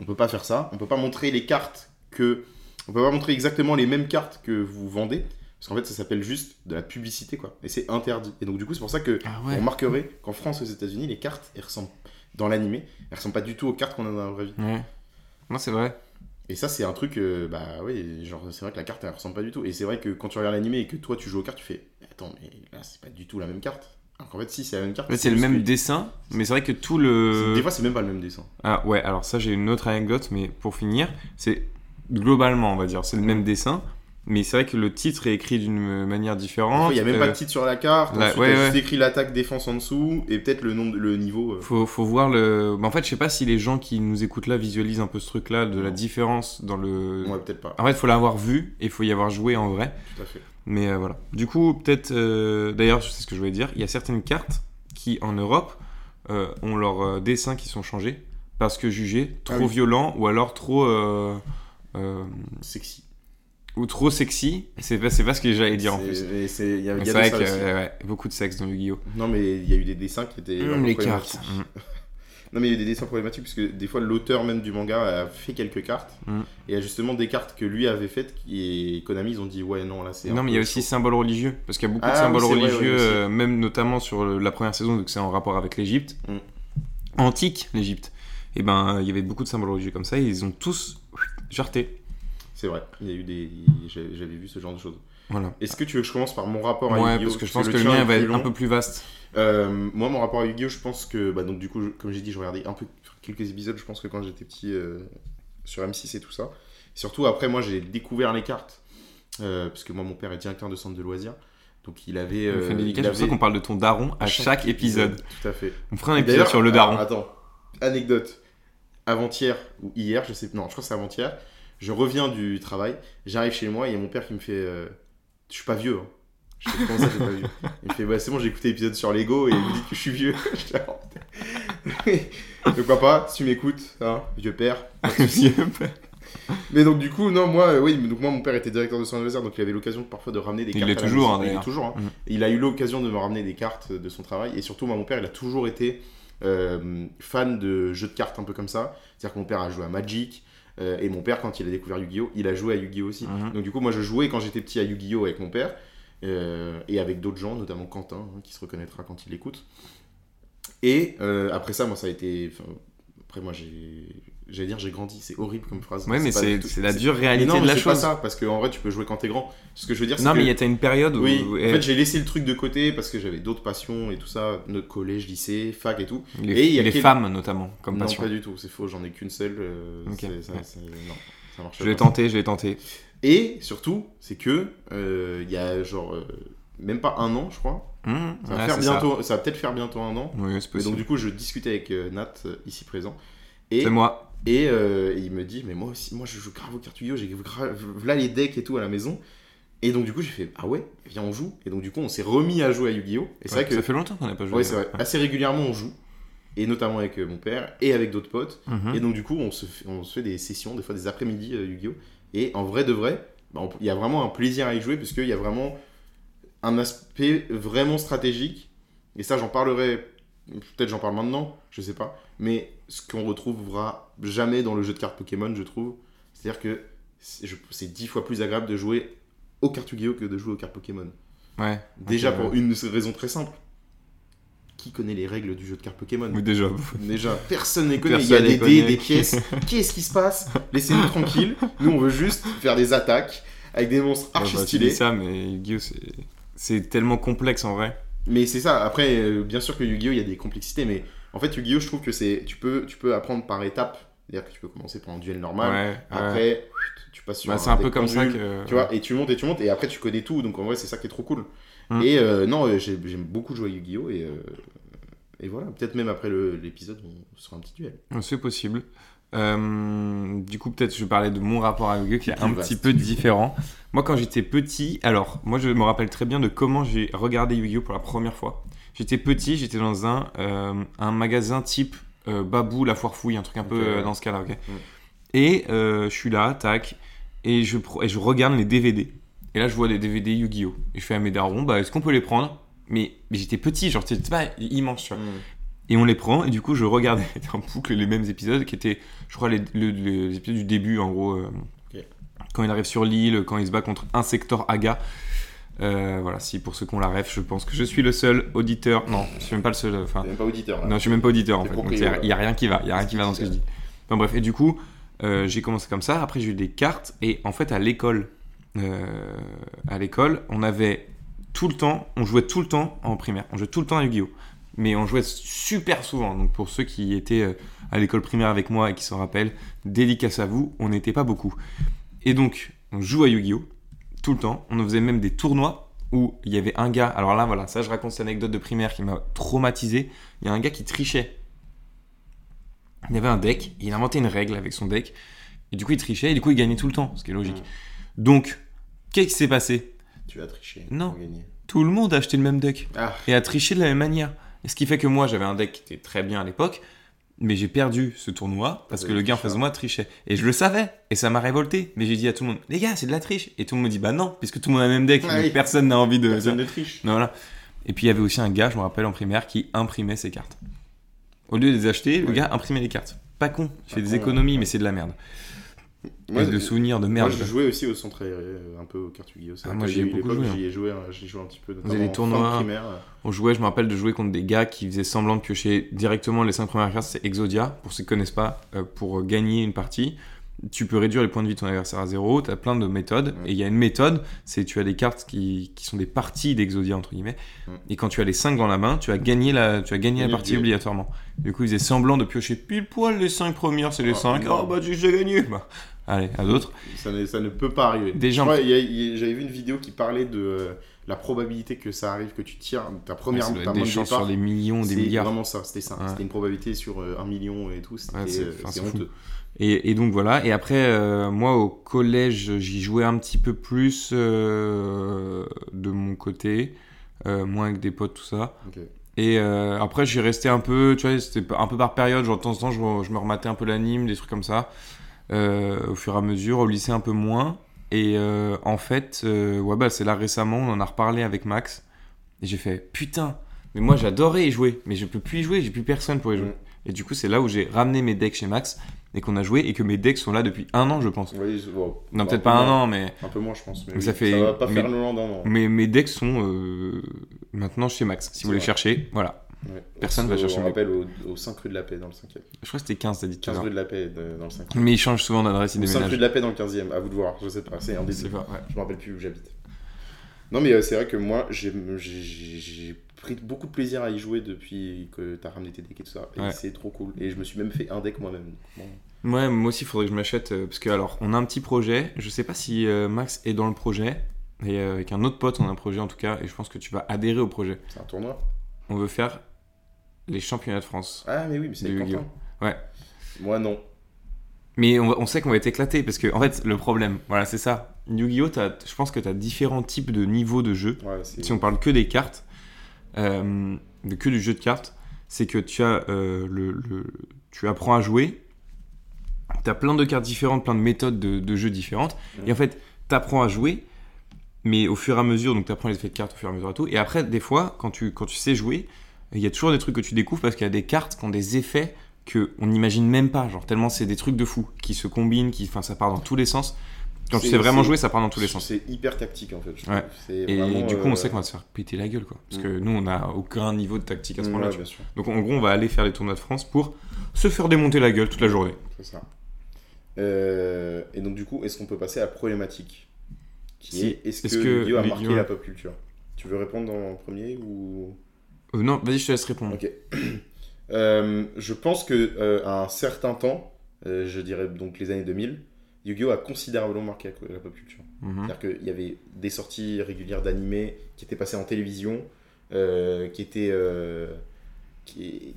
Speaker 4: on peut pas faire ça, on peut pas montrer les cartes que. On peut pas montrer exactement les mêmes cartes que vous vendez, parce qu'en fait ça s'appelle juste de la publicité quoi, et c'est interdit. Et donc du coup, c'est pour ça que
Speaker 3: Ah
Speaker 4: vous remarquerez qu'en France, aux États-Unis, les cartes, elles ressemblent, dans l'animé, elles ressemblent pas du tout aux cartes qu'on a dans la vraie vie.
Speaker 3: Ouais. Non, c'est vrai.
Speaker 4: Et ça, c'est un truc, euh, bah oui, genre c'est vrai que la carte elle ressemble pas du tout. Et c'est vrai que quand tu regardes l'animé et que toi tu joues aux cartes, tu fais attends, mais là c'est pas du tout la même carte. Alors qu'en fait, si c'est la même carte,
Speaker 3: Là, c'est le
Speaker 4: juste
Speaker 3: même
Speaker 4: que-
Speaker 3: dessin, mais c'est vrai que tout
Speaker 4: c'est-
Speaker 3: le...
Speaker 4: Des fois, c'est même pas le même dessin.
Speaker 3: Ah ouais, alors ça j'ai une autre anecdote, mais pour finir, c'est globalement on va dire, c'est le même dessin, mais c'est vrai que le titre est écrit d'une manière
Speaker 4: Des fois,
Speaker 3: différente. Euh,
Speaker 4: Il y a même pas de titre sur la carte,
Speaker 3: la-
Speaker 4: ensuite
Speaker 3: ouais,
Speaker 4: t'as
Speaker 3: ouais.
Speaker 4: juste écrit l'attaque, défense en dessous, et peut-être le nom, de- le niveau. euh.
Speaker 3: Faut, faut voir le. bah, en fait, je sais pas si les gens qui nous écoutent là visualisent un peu ce truc-là de la
Speaker 4: Non.
Speaker 3: différence dans le.
Speaker 4: Ouais, peut-être pas,
Speaker 3: En fait, faut Ah. l'avoir vu et faut y avoir joué en vrai.
Speaker 4: tout à fait.
Speaker 3: Mais euh, voilà. Du coup, peut-être. euh, D'ailleurs, je sais ce que je voulais dire. Il y a certaines cartes qui, en Europe, euh, ont leurs euh, dessins qui sont changés parce que jugés trop
Speaker 4: Ah oui.
Speaker 3: violents ou alors trop. euh, euh,
Speaker 4: Sexy.
Speaker 3: ou trop sexy, c'est pas, c'est pas ce que j'allais dire en
Speaker 4: C'est-
Speaker 3: plus.
Speaker 4: mais c'est- Il y a, il y a
Speaker 3: Mais
Speaker 4: de
Speaker 3: C'est vrai
Speaker 4: ça
Speaker 3: qu'il y
Speaker 4: aussi.
Speaker 3: a ouais, beaucoup de sexe dans Yu-Gi-Oh!
Speaker 4: Non, mais il y a eu des dessins qui étaient.
Speaker 3: Hum,
Speaker 4: vraiment
Speaker 3: les
Speaker 4: problématiques.
Speaker 3: cartes. Hum.
Speaker 4: Non, mais il y a eu des dessins problématiques, parce que des fois, l'auteur même du manga a fait quelques cartes,
Speaker 3: Mm.
Speaker 4: et a justement des cartes que lui avait faites, et Konami, ils ont dit, ouais, non, là, c'est. un
Speaker 3: Non, mais il y
Speaker 4: peu
Speaker 3: a aussi
Speaker 4: chaud.
Speaker 3: symboles religieux, parce qu'il y a beaucoup
Speaker 4: Ah
Speaker 3: de
Speaker 4: oui,
Speaker 3: symboles
Speaker 4: c'est vrai,
Speaker 3: religieux,
Speaker 4: ouais, aussi.
Speaker 3: euh, même notamment sur le- la première saison, vu que c'est en rapport avec l'Égypte.
Speaker 4: Mm.
Speaker 3: Antique, l'Égypte. Et ben, euh, il y avait beaucoup de symboles religieux comme ça, et ils ont tous jarté.
Speaker 4: C'est vrai, il y a eu des. j'ai- J'avais vu ce genre de choses.
Speaker 3: Voilà.
Speaker 4: Est-ce que tu veux que je commence par mon rapport à
Speaker 3: Ouais,
Speaker 4: Yu-Gi-Oh!
Speaker 3: parce que je pense que, le
Speaker 4: tien
Speaker 3: mien
Speaker 4: est
Speaker 3: va
Speaker 4: plus
Speaker 3: être un
Speaker 4: long.
Speaker 3: peu plus vaste.
Speaker 4: Euh, moi, mon rapport à Yu-Gi-Oh, je pense que, bah, donc du coup, je- comme j'ai dit, je regardais un peu quelques épisodes, je pense que quand j'étais petit euh, sur M6 et tout ça. Surtout après, moi, j'ai découvert les cartes, euh, parce que moi, mon père est directeur de centre de loisirs, donc il avait.
Speaker 3: On fait
Speaker 4: euh,
Speaker 3: une dédicace,
Speaker 4: il
Speaker 3: c'est pour ça
Speaker 4: avait-
Speaker 3: qu'on parle de ton daron à chaque, épisode.
Speaker 4: Tout à fait.
Speaker 3: On fera un
Speaker 4: Et
Speaker 3: épisode
Speaker 4: d'ailleurs,
Speaker 3: sur le
Speaker 4: alors,
Speaker 3: daron.
Speaker 4: attends, anecdote. Avant-hier ou hier, je sais non, je crois que c'est avant-hier. Je reviens du travail, j'arrive chez moi, il y a mon père qui me fait, euh, je suis pas vieux. hein. Je fais, comment ça, je suis pas vieux Il me fait, bah c'est bon, j'ai écouté l'épisode sur Lego et il me dit que je suis vieux. J'étais, Ah, putain. donc papa, si tu m'écoutes, hein, vieux père, mais donc du coup, non, moi, euh, oui, mais donc moi, mon père était directeur de son laser, donc il avait l'occasion parfois de ramener des
Speaker 3: Il
Speaker 4: cartes.
Speaker 3: l'est
Speaker 4: à la
Speaker 3: toujours,
Speaker 4: maison.
Speaker 3: hein,
Speaker 4: Il l'est
Speaker 3: d'ailleurs.
Speaker 4: toujours, hein.
Speaker 3: Mhm.
Speaker 4: Il a eu l'occasion de me ramener des cartes de son travail, et surtout, moi, mon père, il a toujours été euh, fan de jeux de cartes un peu comme ça. C'est-à-dire que mon père a joué à Magic, euh, et mon père, quand il a découvert Yu-Gi-Oh, il a joué à Yu-Gi-Oh aussi.
Speaker 3: Mhm.
Speaker 4: Donc du coup, moi, je jouais quand j'étais petit à Yu-Gi-Oh avec mon père euh, et avec d'autres gens, notamment Quentin, hein, qui se reconnaîtra quand il écoute. Et euh, après ça, moi, ça a été. enfin, Après, moi, j'ai J'allais dire j'ai grandi, c'est horrible comme phrase.
Speaker 3: Ouais, mais
Speaker 4: pas
Speaker 3: c'est
Speaker 4: du tout-
Speaker 3: c'est la dure réalité
Speaker 4: mais non,
Speaker 3: de
Speaker 4: mais
Speaker 3: la
Speaker 4: c'est pas
Speaker 3: chose.
Speaker 4: ça, parce qu'en vrai, tu peux jouer quand t'es grand. Ce que je veux dire, c'est
Speaker 3: Non,
Speaker 4: que-
Speaker 3: mais il y a une période où.
Speaker 4: Oui,
Speaker 3: où-
Speaker 4: en
Speaker 3: eh,
Speaker 4: fait, j'ai laissé le truc de côté parce que j'avais d'autres passions et tout ça, notre collège, lycée, fac et tout.
Speaker 3: les
Speaker 4: et il y a
Speaker 3: les
Speaker 4: quel-
Speaker 3: femmes, notamment, comme
Speaker 4: non,
Speaker 3: passion.
Speaker 4: pas du tout, c'est faux, j'en ai qu'une seule. euh,
Speaker 3: Ok,
Speaker 4: c'est- ça,
Speaker 3: ouais.
Speaker 4: c'est- non, ça marche
Speaker 3: Je l'ai
Speaker 4: pas.
Speaker 3: tenté, je l'ai tenté.
Speaker 4: Et surtout, c'est que euh, il y a genre euh, même pas un an, je crois.
Speaker 3: Mmh,
Speaker 4: Ça va,
Speaker 3: ouais,
Speaker 4: faire
Speaker 3: c'est
Speaker 4: bientôt, ça. va peut-être faire bientôt un an.
Speaker 3: ça. Oui, c'est
Speaker 4: Et donc
Speaker 3: possible.
Speaker 4: du coup, je discutais avec euh, Nat euh, ici présent. Et,
Speaker 3: C'est moi.
Speaker 4: et, euh, et il me dit, mais moi aussi, moi je joue grave aux cartes Yu-Gi-Oh, j'ai grave là les decks et tout à la maison. Et donc du coup, j'ai fait, ah ouais, viens on joue. Et donc du coup, on s'est remis à jouer à Yu-Gi-Oh. Et c'est
Speaker 3: Ouais,
Speaker 4: vrai que
Speaker 3: Ça fait longtemps qu'on n'a pas joué.
Speaker 4: Ouais, c'est vrai. Assez régulièrement, on joue. Et notamment avec euh, mon père et avec d'autres potes.
Speaker 3: Mhm.
Speaker 4: Et donc, du coup, on se, fait, on se fait des sessions, des fois des après-midi euh, Yu-Gi-Oh! Et en vrai de vrai, bah, on- il y a vraiment un plaisir à y jouer parce qu'il y a vraiment un aspect vraiment stratégique. Et ça, j'en parlerai. Peut-être j'en parle maintenant, je sais pas. Mais ce qu'on retrouvera jamais dans le jeu de cartes Pokémon, je trouve. C'est-à-dire que c'est je- c'est dix fois plus agréable de jouer aux cartes Yu-Gi-Oh! que de jouer aux cartes Pokémon.
Speaker 3: Ouais.
Speaker 4: Déjà
Speaker 3: Ok,
Speaker 4: pour une raison très simple. Qui connaît les règles du jeu de cartes Pokémon
Speaker 3: Ou déjà.
Speaker 4: Déjà, personne ne connaît. Il y a
Speaker 3: Personne
Speaker 4: des
Speaker 3: les
Speaker 4: dés,
Speaker 3: connaît.
Speaker 4: des pièces. Qu'est-ce qui se passe Laissez-nous tranquilles. Nous, on veut juste faire des attaques avec des monstres archi
Speaker 3: Ouais, bah, tu
Speaker 4: stylés.
Speaker 3: dis ça, mais Yu-Gi-Oh, c'est- c'est tellement complexe en vrai.
Speaker 4: Mais c'est ça. Après, euh, bien sûr que Yu-Gi-Oh, il y a des complexités, mais en fait, Yu-Gi-Oh, je trouve que c'est, tu peux, tu peux apprendre par étapes. C'est-à-dire que tu peux commencer par un duel normal.
Speaker 3: ouais. ouais.
Speaker 4: Après, tu passes sur.
Speaker 3: Bah, c'est un peu
Speaker 4: deck
Speaker 3: comme ça
Speaker 4: pendule.
Speaker 3: que.
Speaker 4: Tu vois, et tu montes et tu montes, et après tu connais tout, donc en vrai c'est ça qui est trop cool.
Speaker 3: Mm.
Speaker 4: Et euh, non, euh, j'ai- j'aime beaucoup jouer à Yu-Gi-Oh! Et, euh, et voilà, peut-être même après le- l'épisode, on sera un petit duel.
Speaker 3: Ouais, C'est possible. Euh, du coup, peut-être je vais parler de mon rapport à Yu-Gi-Oh qui est
Speaker 4: Plus
Speaker 3: un
Speaker 4: vaste,
Speaker 3: petit peu différent. Moi, quand j'étais petit, alors moi je me rappelle très bien de comment j'ai regardé Yu-Gi-Oh pour la première fois. J'étais petit, j'étais dans un euh, un magasin type euh, Babou, la foire fouille, un truc un peu
Speaker 4: Ok,
Speaker 3: euh,
Speaker 4: ouais.
Speaker 3: dans ce cas-là. ok.
Speaker 4: Mm.
Speaker 3: Et euh, je suis là, tac, et je pro- et je regarde les DVD. Et là, je vois des DVD Yu-Gi-Oh. Et je fais à mes darons, bah est-ce qu'on peut les prendre mais, mais j'étais petit, genre j'étais pas immense, tu vois. Et on les prend, et du coup, je regardais en boucle les mêmes épisodes qui étaient, je crois, les, le- le- les épisodes du début, en gros. euh,
Speaker 4: Ok.
Speaker 3: Quand il arrive sur l'île, quand il se bat contre un secteur Aga. Euh, voilà, si pour ceux qui ont la ref, je pense que je suis le seul auditeur. Non, je suis même pas le seul. euh, Enfin,
Speaker 4: T'es même pas auditeur là.
Speaker 3: non, je suis même pas auditeur en
Speaker 4: T'es
Speaker 3: fait. Donc, il
Speaker 4: proprio,
Speaker 3: y a,
Speaker 4: là.
Speaker 3: il y a rien qui va, il y a rien qui va dans ce que je dis. Enfin bref, et du coup, euh, j'ai commencé comme ça. Après, j'ai eu des cartes et en fait, à l'école, euh, à l'école, on avait tout le temps, on jouait tout le temps en primaire, on jouait tout le temps à Yu-Gi-Oh. Mais on jouait super souvent. Donc pour ceux qui étaient euh, à l'école primaire avec moi et qui s'en rappellent, dédicace à vous, on n'était pas beaucoup. Et donc, on joue à Yu-Gi-Oh tout le temps. On en faisait même des tournois où il y avait un gars. Alors là, voilà, ça, je raconte cette anecdote de primaire qui m'a traumatisé. Il y a un gars qui trichait. Il y avait un deck, il inventait une règle avec son deck, et du coup il trichait, et du coup il gagnait tout le temps, ce qui est logique. Donc, qu'est-ce qui s'est passé
Speaker 4: Tu as triché.
Speaker 3: Non.
Speaker 4: pour gagner.
Speaker 3: Tout le monde a acheté le même deck
Speaker 4: Ah,
Speaker 3: et à tricher de la même manière. Et ce qui fait que moi, j'avais un deck qui était très bien à l'époque, mais j'ai perdu ce tournoi parce que le gars en face de moi trichait. Et je le savais, et ça m'a révolté. Mais j'ai dit à tout le monde, les gars, c'est de la triche. Et tout le monde me dit, bah non, puisque tout le monde a le même deck,
Speaker 4: Ah
Speaker 3: donc
Speaker 4: oui.
Speaker 3: personne n'a envie de.
Speaker 4: personne ne triche.
Speaker 3: Non, voilà. Et puis il y avait aussi un gars, je me rappelle en primaire, qui imprimait ses cartes. Au lieu de les acheter, le
Speaker 4: Ouais.
Speaker 3: gars imprimait les cartes. Pas con, je fais
Speaker 4: Pas
Speaker 3: des
Speaker 4: con,
Speaker 3: économies, mais c'est de la merde.
Speaker 4: Moi,
Speaker 3: Et de
Speaker 4: je-
Speaker 3: souvenirs de
Speaker 4: moi,
Speaker 3: merde.
Speaker 4: je jouais aussi au centre aéré, euh, un peu aux cartes Yu-Gi-Oh! C'est
Speaker 3: Ah,
Speaker 4: vrai
Speaker 3: moi,
Speaker 4: que
Speaker 3: j'y ai
Speaker 4: eu
Speaker 3: beaucoup
Speaker 4: l'époque,
Speaker 3: joué, hein.
Speaker 4: J'y ai joué, hein, j'y ai joué un petit peu. notamment
Speaker 3: avez des
Speaker 4: en fin
Speaker 3: tournois.
Speaker 4: de primaire. euh,
Speaker 3: On jouait, je me rappelle de jouer contre des gars qui faisaient semblant de piocher directement les 5 premières cartes, c'est Exodia, pour ceux qui connaissent pas, euh, pour gagner une partie. Tu peux réduire les points de vie de ton adversaire à zéro, tu as plein de méthodes,
Speaker 4: Mm.
Speaker 3: et il y a une méthode, c'est tu as des cartes qui, qui sont des parties d'Exodia, entre guillemets,
Speaker 4: Mm.
Speaker 3: et quand tu as les 5 dans la main, tu as gagné la, tu as gagné la
Speaker 4: Gagné le
Speaker 3: partie
Speaker 4: duel.
Speaker 3: obligatoirement. Du coup, ils faisaient semblant de piocher pile poil les 5 premières, c'est les
Speaker 4: Ah,
Speaker 3: 5,
Speaker 4: non.
Speaker 3: oh bah tu- j'ai gagné Bah, Allez, à d'autres.
Speaker 4: Ça ne, ça ne peut pas arriver.
Speaker 3: Des gens-
Speaker 4: Je crois, il y a- il y a- J'avais vu une vidéo qui parlait de euh, la probabilité que ça arrive, que tu tires ta première
Speaker 3: Ah, Ça doit être
Speaker 4: ta main
Speaker 3: des
Speaker 4: de
Speaker 3: chances
Speaker 4: départ.
Speaker 3: sur des millions, des
Speaker 4: C'est
Speaker 3: milliards.
Speaker 4: vraiment ça, c'était ça.
Speaker 3: Ouais.
Speaker 4: C'était une probabilité sur euh, un million et tout. C'était
Speaker 3: Ouais, c'est-
Speaker 4: euh,
Speaker 3: enfin,
Speaker 4: c'est
Speaker 3: c'est fou.
Speaker 4: honteux.
Speaker 3: Et, et donc voilà, et après, euh, moi au collège, j'y jouais un petit peu plus euh, de mon côté, euh, moins avec des potes, tout ça.
Speaker 4: Ok.
Speaker 3: Et euh, après, j'y restais un peu, tu vois, c'était un peu par période, genre de temps en temps, je, me- je me rematais un peu l'anime, des trucs comme ça, euh, au fur et à mesure, au lycée un peu moins. Et euh, en fait, euh, ouais, bah, c'est là récemment, on en a reparlé avec Max, et j'ai fait, putain, mais moi j'adorais y jouer, mais je peux plus y jouer, j'ai plus personne pour y jouer.
Speaker 4: Mm.
Speaker 3: Et du coup, c'est là où j'ai ramené mes decks chez Max, et qu'on a joué, et que mes decks sont là depuis un an, je pense.
Speaker 4: Oui, je- bon, bah,
Speaker 3: Non,
Speaker 4: un
Speaker 3: peut-être
Speaker 4: peu
Speaker 3: pas un
Speaker 4: moins.
Speaker 3: an, mais,
Speaker 4: Un peu moins, je pense. Mais
Speaker 3: Mais
Speaker 4: oui,
Speaker 3: ça
Speaker 4: ça,
Speaker 3: fait- Mm.
Speaker 4: va pas
Speaker 3: mais-
Speaker 4: faire le lendemain.
Speaker 3: mais mes decks sont euh, maintenant chez Max, si vous
Speaker 4: C'est
Speaker 3: les
Speaker 4: vrai.
Speaker 3: cherchez, voilà.
Speaker 4: Ouais.
Speaker 3: Personne
Speaker 4: On
Speaker 3: va
Speaker 4: se
Speaker 3: chercher le mec.
Speaker 4: rappelle au, au 5 rue de la Paix dans le 5e.
Speaker 3: Je crois que c'était 15, t'as dit tout à
Speaker 4: 15
Speaker 3: l'heure.
Speaker 4: rue de la Paix de- dans le 5e.
Speaker 3: Mais ils changent souvent d'adresse, ils
Speaker 4: Ou 5 rue de
Speaker 3: déménagent.
Speaker 4: la Paix dans le 15e, à vous de voir, je sais pas, c'est un
Speaker 3: Je
Speaker 4: des
Speaker 3: sais
Speaker 4: deux.
Speaker 3: pas, ouais.
Speaker 4: Je me rappelle plus où j'habite. Non, mais euh, c'est vrai que moi, j'ai- j'ai j'ai pris beaucoup de plaisir à y jouer depuis que t'as ramené tes decks et tout ça. Et
Speaker 3: Ouais.
Speaker 4: c'est trop cool. Et je me suis même fait un deck moi-même. Bon.
Speaker 3: Ouais, moi aussi, il faudrait que je m'achète. euh, parce que, alors, on a un petit projet. Je sais pas si euh, Max est dans le projet. Et euh, avec un autre pote, on a un projet en tout cas. Et je pense que tu vas adhérer au projet.
Speaker 4: C'est un tournoi.
Speaker 3: On veut faire les championnats de France.
Speaker 4: Ah, mais oui, mais c'est
Speaker 3: Du
Speaker 4: avec
Speaker 3: Yu-Gi-Oh.
Speaker 4: Quentin.
Speaker 3: Ouais.
Speaker 4: Moi, non.
Speaker 3: Mais on, va- on sait qu'on va être éclaté. Parce que, en fait, le problème, voilà, c'est ça. Yu-Gi-Oh! t'as- Je pense que tu as différents types de niveaux de jeu.
Speaker 4: Ouais, c'est-
Speaker 3: si on parle que des cartes, euh, de- que du jeu de cartes, c'est que tu as euh, le, le- tu apprends à jouer, tu as plein de cartes différentes, plein de méthodes de, de jeu différentes,
Speaker 4: Mhm.
Speaker 3: et en fait, tu apprends à jouer, mais au fur et à mesure, donc tu apprends les effets de cartes au fur et à mesure à tout, et après, des fois, quand tu, quand tu sais jouer, il y a toujours des trucs que tu découvres parce qu'il y a des cartes qui ont des effets que on n'imagine même pas, genre tellement c'est des trucs de fou qui se combinent, qui, enfin ça part dans tous les sens. Quand tu
Speaker 4: C'est-
Speaker 3: sais vraiment
Speaker 4: c'est-
Speaker 3: jouer, ça part dans tous les sens.
Speaker 4: C'est hyper tactique en fait. je
Speaker 3: Ouais.
Speaker 4: trouve. C'est
Speaker 3: Et
Speaker 4: vraiment,
Speaker 3: du coup, on
Speaker 4: euh,
Speaker 3: sait qu'on va se faire péter la gueule, quoi. Parce
Speaker 4: Mm.
Speaker 3: que nous, on n'a aucun niveau de tactique à ce
Speaker 4: ouais,
Speaker 3: moment-là. tu
Speaker 4: bien sûr.
Speaker 3: vois. Donc, en gros, on va aller faire les tournois de France pour se faire démonter la gueule toute la journée.
Speaker 4: C'est ça. Euh, et donc, du coup, est-ce qu'on peut passer à la problématique Qui
Speaker 3: Si.
Speaker 4: est est-ce
Speaker 3: Est-ce
Speaker 4: que,
Speaker 3: que
Speaker 4: Yu-Gi-Oh! a
Speaker 3: les
Speaker 4: marqué
Speaker 3: Yu-Gi-Oh!
Speaker 4: la pop culture Tu veux répondre en premier ou.
Speaker 3: Euh, non, vas-y, je te laisse répondre.
Speaker 4: Ok. Euh, je pense que euh, à un certain temps, euh, je dirais donc les années 2000, Yu-Gi-Oh! a considérablement marqué la, la pop culture.
Speaker 3: Mhm.
Speaker 4: C'est-à-dire qu'il y avait des sorties régulières d'animés qui étaient passées en télévision, euh, qui étaient. euh, qui...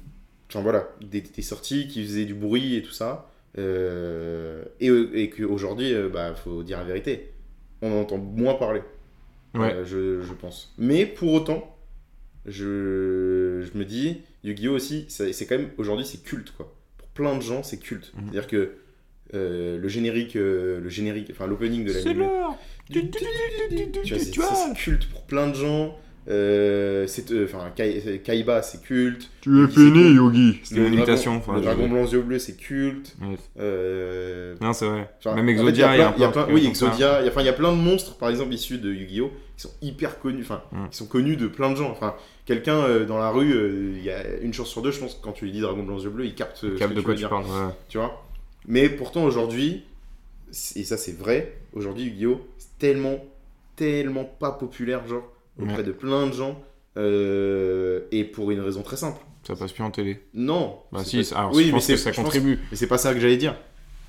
Speaker 4: Enfin voilà, des, des sorties qui faisaient du bruit et tout ça. euh, et et qu'aujourd'hui, il bah, faut dire la vérité, on en entend moins parler.
Speaker 3: Ouais.
Speaker 4: Euh, je, je pense. Mais pour autant, je, je me dis, Yu-Gi-Oh aussi, ça- c'est quand même, aujourd'hui, c'est culte, quoi. Pour plein de gens, c'est culte.
Speaker 3: Mhm.
Speaker 4: C'est-à-dire que euh, le générique, euh, le générique, enfin l'opening de la
Speaker 3: l'heure
Speaker 4: tu vois, c'est- c'est c'est culte pour plein de gens. Euh, c'est, euh, enfin, Kai- Kaiba, c'est culte.
Speaker 3: Tu
Speaker 4: es fini,
Speaker 3: Yogi C'était
Speaker 4: Le
Speaker 3: une
Speaker 4: dragon-
Speaker 3: imitation. enfin,
Speaker 4: Le
Speaker 3: je-
Speaker 4: dragon blanc aux yeux bleus, c'est culte.
Speaker 3: Ouais.
Speaker 4: Euh,
Speaker 3: Non, c'est vrai.
Speaker 4: Enfin,
Speaker 3: Même
Speaker 4: en fait,
Speaker 3: Exodia,
Speaker 4: il y a plein- il y a
Speaker 3: un peu
Speaker 4: plein-
Speaker 3: un truc
Speaker 4: Oui,
Speaker 3: comme ça.
Speaker 4: Exodia. il y a- Enfin, il y a plein de monstres, par exemple, issus de Yu-Gi-Oh! qui sont hyper connus. Enfin,
Speaker 3: Mm.
Speaker 4: qui sont connus de plein de gens. Enfin, quelqu'un euh, dans la rue, euh, il y a une chance sur deux, je pense, que quand tu lui dis Dragon Blanc aux yeux bleus, il capte euh, ce
Speaker 3: Cap
Speaker 4: que
Speaker 3: de quoi
Speaker 4: veux
Speaker 3: tu
Speaker 4: dire,
Speaker 3: parles. ouais.
Speaker 4: tu vois. Mais pourtant, aujourd'hui, c'est- et ça c'est vrai, aujourd'hui, Yu-Gi-Oh! c'est tellement, tellement pas populaire, genre, auprès
Speaker 3: Ouais.
Speaker 4: de plein de gens. euh, et pour une raison très simple.
Speaker 3: Ça passe plus en télé.
Speaker 4: Non.
Speaker 3: Bah,
Speaker 4: c'est
Speaker 3: si,
Speaker 4: pas-
Speaker 3: ça- alors,
Speaker 4: Oui,
Speaker 3: je
Speaker 4: mais
Speaker 3: pense que
Speaker 4: c'est-
Speaker 3: ça
Speaker 4: je pense-
Speaker 3: contribue.
Speaker 4: mais c'est pas ça que j'allais dire.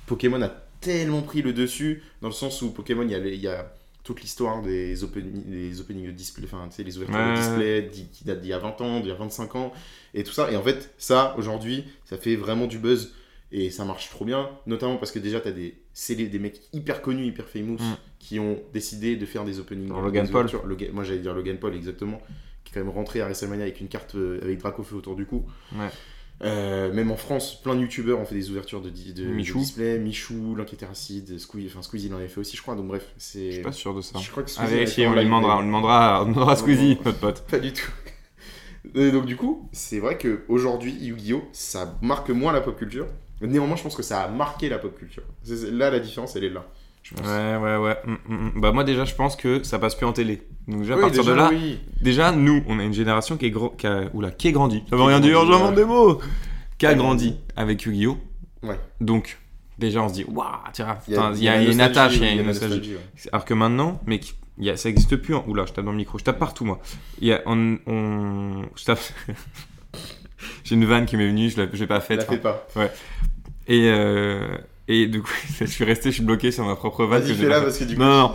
Speaker 4: Pokémon a tellement pris le dessus, dans le sens où Pokémon, il y a, les- il y a toute l'histoire des, opening, des openings de display, enfin, tu sais, les ouvertures
Speaker 3: Ouais.
Speaker 4: de display d'il- qui datent d'il y a 20 ans, d'il y a 25 ans, et tout ça. Et en fait, ça, aujourd'hui, ça fait vraiment du buzz. Et ça marche trop bien, notamment parce que déjà, t'as des, célé- des mecs hyper connus, hyper famous,
Speaker 3: Mm.
Speaker 4: qui ont décidé de faire des openings.
Speaker 3: Genre Logan
Speaker 4: des
Speaker 3: Paul.
Speaker 4: ouvertures. Logan- moi, j'allais dire Logan Paul, exactement, qui est quand même rentré à WrestleMania avec une carte euh, avec Dracofeu autour du cou. Euh, même en France, plein de youtubeurs ont fait des ouvertures de, di- de,
Speaker 3: Michou.
Speaker 4: de display. Michou, l'Enquête Acide, Squeezie, enfin Squeezie il en avait fait aussi, je crois. Donc bref,
Speaker 3: Je
Speaker 4: c'est.
Speaker 3: suis pas sûr de ça.
Speaker 4: Je crois que
Speaker 3: À
Speaker 4: Squeezie avait
Speaker 3: vérifier,
Speaker 4: fait
Speaker 3: on
Speaker 4: un
Speaker 3: lui
Speaker 4: live,
Speaker 3: demandera. On
Speaker 4: mais-
Speaker 3: demandera on demandera à Squeezie, notre pote.
Speaker 4: Pas du tout. Et donc du coup, c'est vrai que aujourd'hui, Yu-Gi-Oh, ça marque moins la pop culture. Néanmoins, je pense que ça a marqué la pop culture. C'est- c'est- Là, la différence, elle est là. Je pense.
Speaker 3: Ouais, ouais, ouais. Mm, mm, mm. Bah, moi, déjà, je pense que ça passe plus en télé. Donc, déjà, à
Speaker 4: Oui,
Speaker 3: partir
Speaker 4: déjà,
Speaker 3: de là,
Speaker 4: oui.
Speaker 3: Déjà, nous, on a une génération qui est gro- qui a- oula, qui est grandi. Ça veut
Speaker 4: Qui est
Speaker 3: rien dire,
Speaker 4: grandi,
Speaker 3: j'invente
Speaker 4: ouais.
Speaker 3: des mots. Qui a
Speaker 4: Ouais.
Speaker 3: grandi avec Yu-Gi-Oh.
Speaker 4: Ouais.
Speaker 3: Donc, déjà, on se dit, waouh, tiens, putain, il y,
Speaker 4: la
Speaker 3: a une
Speaker 4: nostalgie,
Speaker 3: attache, il y
Speaker 4: oui,
Speaker 3: a une
Speaker 4: la
Speaker 3: nostalgie.
Speaker 4: nostalgie, ouais.
Speaker 3: Alors que maintenant, mec, il y a- ça existe plus. En... Oula, je tape dans le micro, je tape partout, moi. Il y a, on, on- je tape. J'ai une vanne qui m'est venue, je l'ai- je l'ai pas faite.
Speaker 4: La fais pas.
Speaker 3: Et, euh, et du coup, je suis resté, je suis bloqué sur ma propre vanne. que
Speaker 4: Vas-y,
Speaker 3: j'ai
Speaker 4: fais-la
Speaker 3: pas
Speaker 4: parce que du coup.
Speaker 3: non,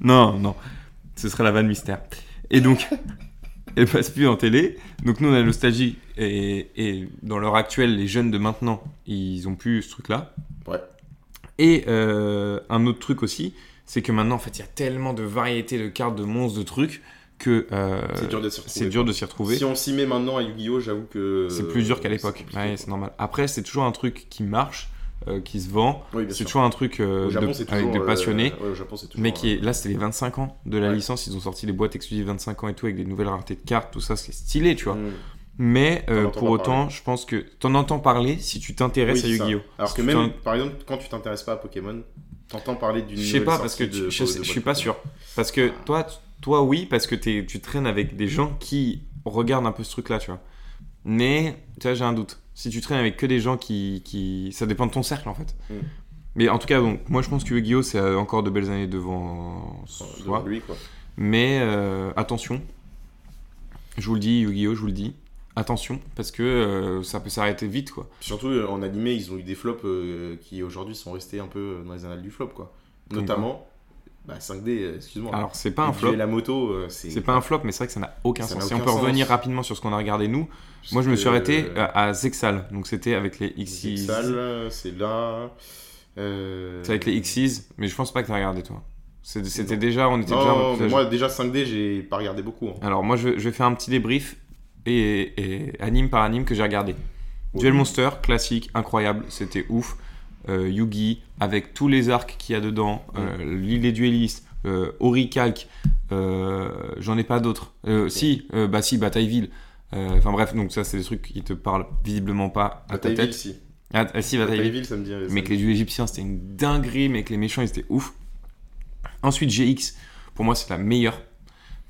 Speaker 3: non, non, non. Ce serait la vanne mystère. Et donc, elle passe plus en télé. Donc nous, on a la nostalgie. Et, et dans l'heure actuelle, les jeunes de maintenant, ils ont plus ce truc-là.
Speaker 4: Ouais.
Speaker 3: Et euh, un autre truc aussi, c'est que maintenant, en fait, il y a tellement de variétés de cartes, de monstres, de trucs, que euh,
Speaker 4: C'est dur de se
Speaker 3: c'est
Speaker 4: retrouver.
Speaker 3: dur de s'y retrouver.
Speaker 4: Si on s'y met maintenant à Yu-Gi-Oh, j'avoue que. euh,
Speaker 3: C'est plus dur qu'à l'époque.
Speaker 4: compliqué,
Speaker 3: Ouais,
Speaker 4: quoi.
Speaker 3: c'est normal. Après, c'est toujours un truc qui marche, euh, qui se vend.
Speaker 4: Oui, bien
Speaker 3: C'est
Speaker 4: sûr.
Speaker 3: toujours un truc euh,
Speaker 4: Au Japon,
Speaker 3: de-
Speaker 4: c'est toujours,
Speaker 3: avec des
Speaker 4: euh,
Speaker 3: passionnés.
Speaker 4: ouais, au Japon, c'est toujours,
Speaker 3: Mais qui
Speaker 4: euh,
Speaker 3: est, là, c'était les 25 ans de la
Speaker 4: Ouais.
Speaker 3: licence. Ils ont sorti des boîtes exclusives 25 ans et tout, avec des nouvelles raretés de cartes, tout ça, c'est stylé, tu vois.
Speaker 4: Mm.
Speaker 3: Mais euh,
Speaker 4: entends
Speaker 3: pour
Speaker 4: pas
Speaker 3: autant, je pense que t'en entends parler si tu t'intéresses
Speaker 4: Oui,
Speaker 3: à
Speaker 4: c'est
Speaker 3: Yu-Gi-Oh!
Speaker 4: ça. Alors
Speaker 3: Si
Speaker 4: que
Speaker 3: tu
Speaker 4: même,
Speaker 3: t'en-
Speaker 4: par exemple, quand tu t'intéresses pas à Pokémon, t'entends parler d'une.
Speaker 3: Je sais
Speaker 4: nouvelle
Speaker 3: pas, parce que
Speaker 4: sortie
Speaker 3: tu-
Speaker 4: de-
Speaker 3: je,
Speaker 4: de
Speaker 3: sais- je suis
Speaker 4: boîte
Speaker 3: pas
Speaker 4: Pokémon.
Speaker 3: sûr. Parce que
Speaker 4: Ah.
Speaker 3: toi, t- toi oui, parce que t'es- tu traînes avec des gens qui regardent un peu ce truc-là, tu vois. Mais, tu vois, j'ai un doute. Si tu traînes avec que des gens qui. qui... Ça dépend de ton cercle, en fait.
Speaker 4: Mm.
Speaker 3: Mais en tout cas, donc, moi, je pense que Yu-Gi-Oh! c'est euh, encore de belles années devant
Speaker 4: devant
Speaker 3: soi.
Speaker 4: lui, quoi.
Speaker 3: Mais euh, attention, je vous le dis, Yu-Gi-Oh, je vous le dis, attention, parce que euh, ça peut s'arrêter vite, quoi.
Speaker 4: Surtout euh, en animé, ils ont eu des flops euh, qui aujourd'hui sont restés un peu euh, dans les annales du flop, quoi.
Speaker 3: Comme
Speaker 4: Notamment, bah, 5D, euh, excuse-moi.
Speaker 3: Alors, c'est pas un
Speaker 4: Tuer
Speaker 3: flop,
Speaker 4: la moto, euh, c'est.
Speaker 3: c'est pas un flop, mais c'est vrai que ça n'a aucun
Speaker 4: Ça
Speaker 3: sens.
Speaker 4: n'a
Speaker 3: Si on
Speaker 4: aucun
Speaker 3: peut
Speaker 4: sens.
Speaker 3: revenir rapidement sur ce qu'on a regardé, nous, moi, je me suis
Speaker 4: C'était,
Speaker 3: arrêté
Speaker 4: euh,
Speaker 3: à, à Zexal, donc c'était avec les
Speaker 4: Zixal,
Speaker 3: Xyz.
Speaker 4: euh, c'est là. euh,
Speaker 3: C'est avec les Xyz, mais je pense pas que t'as regardé, toi. C'est- C'était
Speaker 4: Non.
Speaker 3: déjà, on était
Speaker 4: Non,
Speaker 3: déjà...
Speaker 4: non,
Speaker 3: plus
Speaker 4: mais
Speaker 3: âgés.
Speaker 4: moi déjà 5D, j'ai pas regardé beaucoup. hein.
Speaker 3: Alors, moi, je, je vais faire un petit débrief, et, et anime par anime, que j'ai regardé.
Speaker 4: Ouais.
Speaker 3: Duel Monster, classique, incroyable, c'était ouf. Euh, Yugi, avec tous les arcs qu'il y a dedans, euh, l'île des duellistes, euh, Oricalc, euh, j'en ai pas d'autres. Euh, Si, euh, bah si, Batailleville. Euh, Enfin bref, donc ça, c'est des trucs qui te parlent visiblement pas à ta
Speaker 4: Batailleville,
Speaker 3: tête.
Speaker 4: si.
Speaker 3: Ah, ah, si, Batailleville.
Speaker 4: Batailleville, ça me dit. ça
Speaker 3: Mais
Speaker 4: me
Speaker 3: que les dieux égyptiens, c'était une dinguerie, mais que les méchants, ils étaient ouf. Ensuite, GX, pour moi, c'est la meilleure.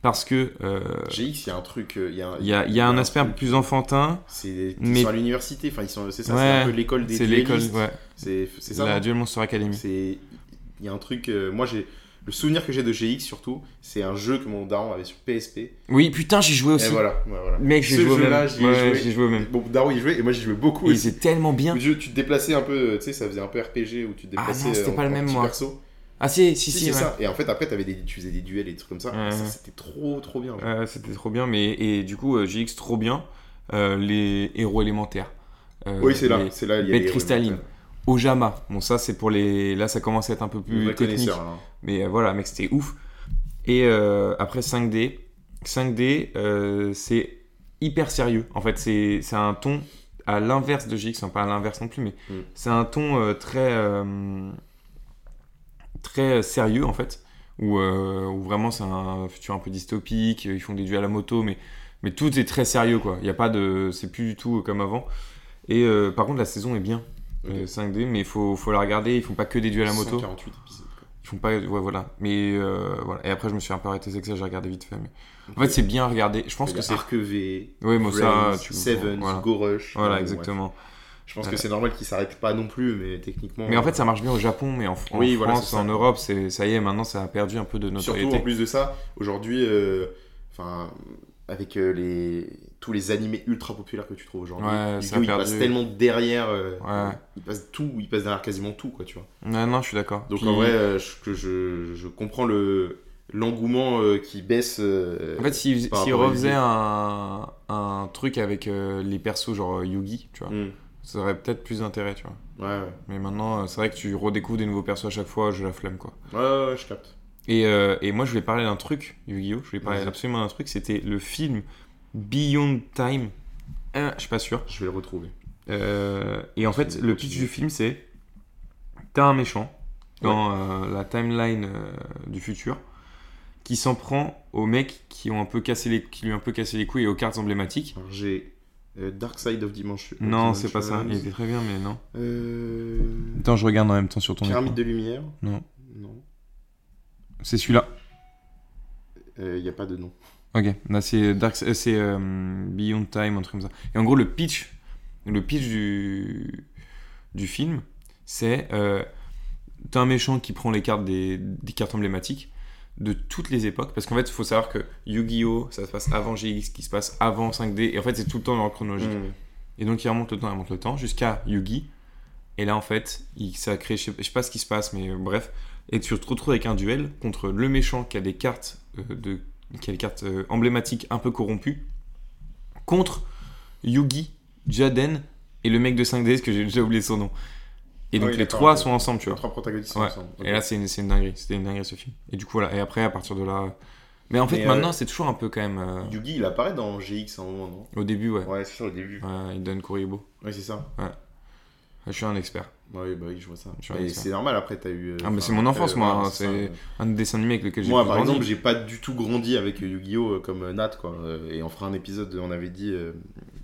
Speaker 3: Parce que. euh,
Speaker 4: dit. GX, il y a un truc. euh, Il y a,
Speaker 3: il y a, il y a un aspect un peu
Speaker 4: truc.
Speaker 3: plus enfantin.
Speaker 4: C'est ils
Speaker 3: Mais-
Speaker 4: sont à l'université, enfin ils sont c'est ça,
Speaker 3: Ouais,
Speaker 4: c'est un peu l'école des
Speaker 3: C'est l'école,
Speaker 4: duellistes.
Speaker 3: ouais.
Speaker 4: C'est c'est ça.
Speaker 3: La
Speaker 4: non
Speaker 3: Duel Monster Academy.
Speaker 4: C'est il y a un truc euh, moi j'ai le souvenir que j'ai de GX surtout, c'est un jeu que mon daron avait sur PSP.
Speaker 3: Oui, putain, j'y jouais aussi.
Speaker 4: Et voilà, ouais, voilà.
Speaker 3: Mec, j'ai
Speaker 4: Ce
Speaker 3: joué au
Speaker 4: jeu-là,
Speaker 3: même.
Speaker 4: j'y ai
Speaker 3: Ouais,
Speaker 4: joué.
Speaker 3: j'y ai joué au même.
Speaker 4: Bon, daron il jouait et moi j'y jouais beaucoup.
Speaker 3: Et
Speaker 4: aussi.
Speaker 3: c'est tellement bien.
Speaker 4: Le jeu, tu te déplaçais un peu, euh, tu sais, ça faisait un peu RPG où tu te
Speaker 3: Ah non,
Speaker 4: déplaçais
Speaker 3: c'était
Speaker 4: euh,
Speaker 3: pas
Speaker 4: en-
Speaker 3: le
Speaker 4: en
Speaker 3: même,
Speaker 4: petit
Speaker 3: moi.
Speaker 4: perso.
Speaker 3: Ah, si, si,
Speaker 4: Si,
Speaker 3: si.
Speaker 4: c'est
Speaker 3: ouais.
Speaker 4: ça. Et en fait, après, t'avais des, tu faisais des duels et des trucs comme ça.
Speaker 3: Ouais,
Speaker 4: Ça,
Speaker 3: ouais.
Speaker 4: c'était trop, trop bien. genre.
Speaker 3: Ouais, Euh, c'était trop bien. Mais, et du coup, euh, GX, trop bien. Euh, les héros élémentaires. Euh,
Speaker 4: oui, c'est là,
Speaker 3: les
Speaker 4: c'est là. il y a
Speaker 3: bêtes
Speaker 4: les-
Speaker 3: cristallines. Ojama. Bon, ça, c'est pour les. Là, ça commence à être un peu
Speaker 4: Le
Speaker 3: plus
Speaker 4: vrai
Speaker 3: technique.
Speaker 4: connaisseur. hein.
Speaker 3: Mais euh, voilà, mec, c'était ouf. Et euh, après 5D, 5D, euh, c'est hyper sérieux. En fait, c'est c'est un ton à l'inverse de GX, enfin pas à l'inverse non plus, mais
Speaker 4: Mm.
Speaker 3: c'est un ton euh, très euh, très sérieux en fait, où, euh, où vraiment c'est un futur un peu dystopique. Ils font des duels à la moto, mais mais tout est très sérieux quoi. Il y a pas de, c'est plus du tout comme avant. Et euh, par contre, la saison est bien.
Speaker 4: Ok.
Speaker 3: Euh, 5D, mais il faut, faut la regarder. Ils font pas que des duels à la moto.
Speaker 4: 148 hein. épisodes. quoi.
Speaker 3: Ils font pas. Ouais, voilà. Mais euh, voilà. Et après, je me suis un peu arrêté, c'est que ça, j'ai regardé vite fait. mais- En fait, c'est bien à regarder. Je pense
Speaker 4: Il y
Speaker 3: que
Speaker 4: a
Speaker 3: c'est.
Speaker 4: Arc V,
Speaker 3: Oui, moi, ça,
Speaker 4: Friends,
Speaker 3: tu-
Speaker 4: Seven,
Speaker 3: voilà.
Speaker 4: Go Rush.
Speaker 3: Voilà,
Speaker 4: euh, ouais.
Speaker 3: exactement.
Speaker 4: Je pense que c'est normal qu'ils s'arrêtent pas non plus, mais techniquement.
Speaker 3: Mais en fait, ça marche bien au Japon, mais en, en
Speaker 4: Oui, voilà,
Speaker 3: France,
Speaker 4: c'est ça.
Speaker 3: en Europe, c'est ça y est, maintenant, ça a perdu un peu de
Speaker 4: surtout
Speaker 3: notoriété.
Speaker 4: en plus de ça, aujourd'hui, euh, enfin, avec euh, les tous les animés ultra populaires que tu trouves aujourd'hui,
Speaker 3: Ouais, ça a
Speaker 4: Yu-Gi-Oh, ils
Speaker 3: perdu.
Speaker 4: passent tellement derrière. euh,
Speaker 3: Ouais.
Speaker 4: Ils passent tout, ils passent derrière quasiment tout, quoi, tu vois.
Speaker 3: Non, non, je suis d'accord.
Speaker 4: Donc
Speaker 3: Puis-
Speaker 4: en vrai, euh, je, que je, je comprends le l'engouement euh, qui baisse. euh,
Speaker 3: En fait, s'ils
Speaker 4: par
Speaker 3: s'ils
Speaker 4: rapport à
Speaker 3: refaisaient
Speaker 4: Yu-Gi-Oh.
Speaker 3: un, un truc avec euh, les persos, genre euh, Yugi, tu vois,
Speaker 4: Mm.
Speaker 3: ça aurait peut-être plus d'intérêt, tu vois.
Speaker 4: Ouais, ouais,
Speaker 3: Mais maintenant, euh, c'est vrai que tu redécouvres des nouveaux persos à chaque fois, je la flemme, quoi.
Speaker 4: Ouais, ouais, ouais, je capte.
Speaker 3: Et, euh, et moi, je voulais parler d'un truc, Yu-Gi-Oh! Je voulais parler
Speaker 4: Vas-y.
Speaker 3: absolument d'un truc, c'était le film Beyond Time. Euh, je suis pas sûr.
Speaker 4: Je vais le retrouver.
Speaker 3: Euh, et en fait, le pitch du film, c'est t'as un méchant dans euh, la timeline euh, du futur qui s'en prend aux mecs qui, ont un peu cassé les, qui lui ont un peu cassé les couilles et aux cartes emblématiques.
Speaker 4: Alors j'ai euh, Dark Side of Dimension.
Speaker 3: Non, c'est pas ça. Il était très bien, mais non.
Speaker 4: Euh...
Speaker 3: Attends, je regarde en même temps sur ton
Speaker 4: Pyramide de lumière.
Speaker 3: Non,
Speaker 4: Non.
Speaker 3: c'est celui-là.
Speaker 4: Il n'y Euh, a pas de nom.
Speaker 3: Ok, là c'est Dark, euh, c'est euh, Beyond Time, un truc comme ça. Et en gros, le pitch, le pitch du, du film, c'est euh, t'as un méchant qui prend les cartes des, des cartes emblématiques de toutes les époques, parce qu'en fait, il faut savoir que Yu-Gi-Oh, ça se passe avant GX, qui se passe avant 5D, et en fait, c'est tout le temps dans la chronologie.
Speaker 4: Mm. Hum.
Speaker 3: Et donc, il remonte le temps, il remonte le temps, jusqu'à Yugi. Et là, en fait, il, ça crée, je sais, je sais pas ce qui se passe, mais euh, bref. Et tu te retrouves avec un duel contre le méchant qui a des cartes, euh, de, qui a des cartes euh, emblématiques un peu corrompues, contre Yugi, Jaden et le mec de 5DS que j'ai déjà oublié son nom. Et donc
Speaker 4: Oui,
Speaker 3: les
Speaker 4: d'accord,
Speaker 3: trois
Speaker 4: ok.
Speaker 3: sont ensemble, tu
Speaker 4: Les
Speaker 3: vois.
Speaker 4: trois protagonistes sont
Speaker 3: Ouais.
Speaker 4: ensemble. Ok.
Speaker 3: Et là, c'est une, c'est une dinguerie. C'était une dinguerie ce film. Et du coup, voilà. Et après, à partir de là. Mais en fait,
Speaker 4: Mais, euh,
Speaker 3: maintenant, c'est toujours un peu quand même. euh,
Speaker 4: Yugi, il apparaît dans GX à un moment, non
Speaker 3: Au début, ouais.
Speaker 4: Ouais, c'est ça, au début. Ouais,
Speaker 3: Ouais, il donne Kuribo.
Speaker 4: c'est ça.
Speaker 3: Je suis un expert.
Speaker 4: Ouais, bah oui, je vois ça.
Speaker 3: Je vois
Speaker 4: Et
Speaker 3: ça.
Speaker 4: c'est normal, après, t'as eu. euh,
Speaker 3: Ah, mais
Speaker 4: enfin,
Speaker 3: c'est mon
Speaker 4: après,
Speaker 3: enfance, moi,
Speaker 4: voilà,
Speaker 3: hein,
Speaker 4: c'est ça.
Speaker 3: Un dessin animé avec lequel j'ai
Speaker 4: Moi,
Speaker 3: plus
Speaker 4: par
Speaker 3: grandi.
Speaker 4: exemple, j'ai pas du tout grandi avec Yu-Gi-Oh! euh, comme euh, Nat, quoi. euh, Et on fera un épisode, on avait dit, euh,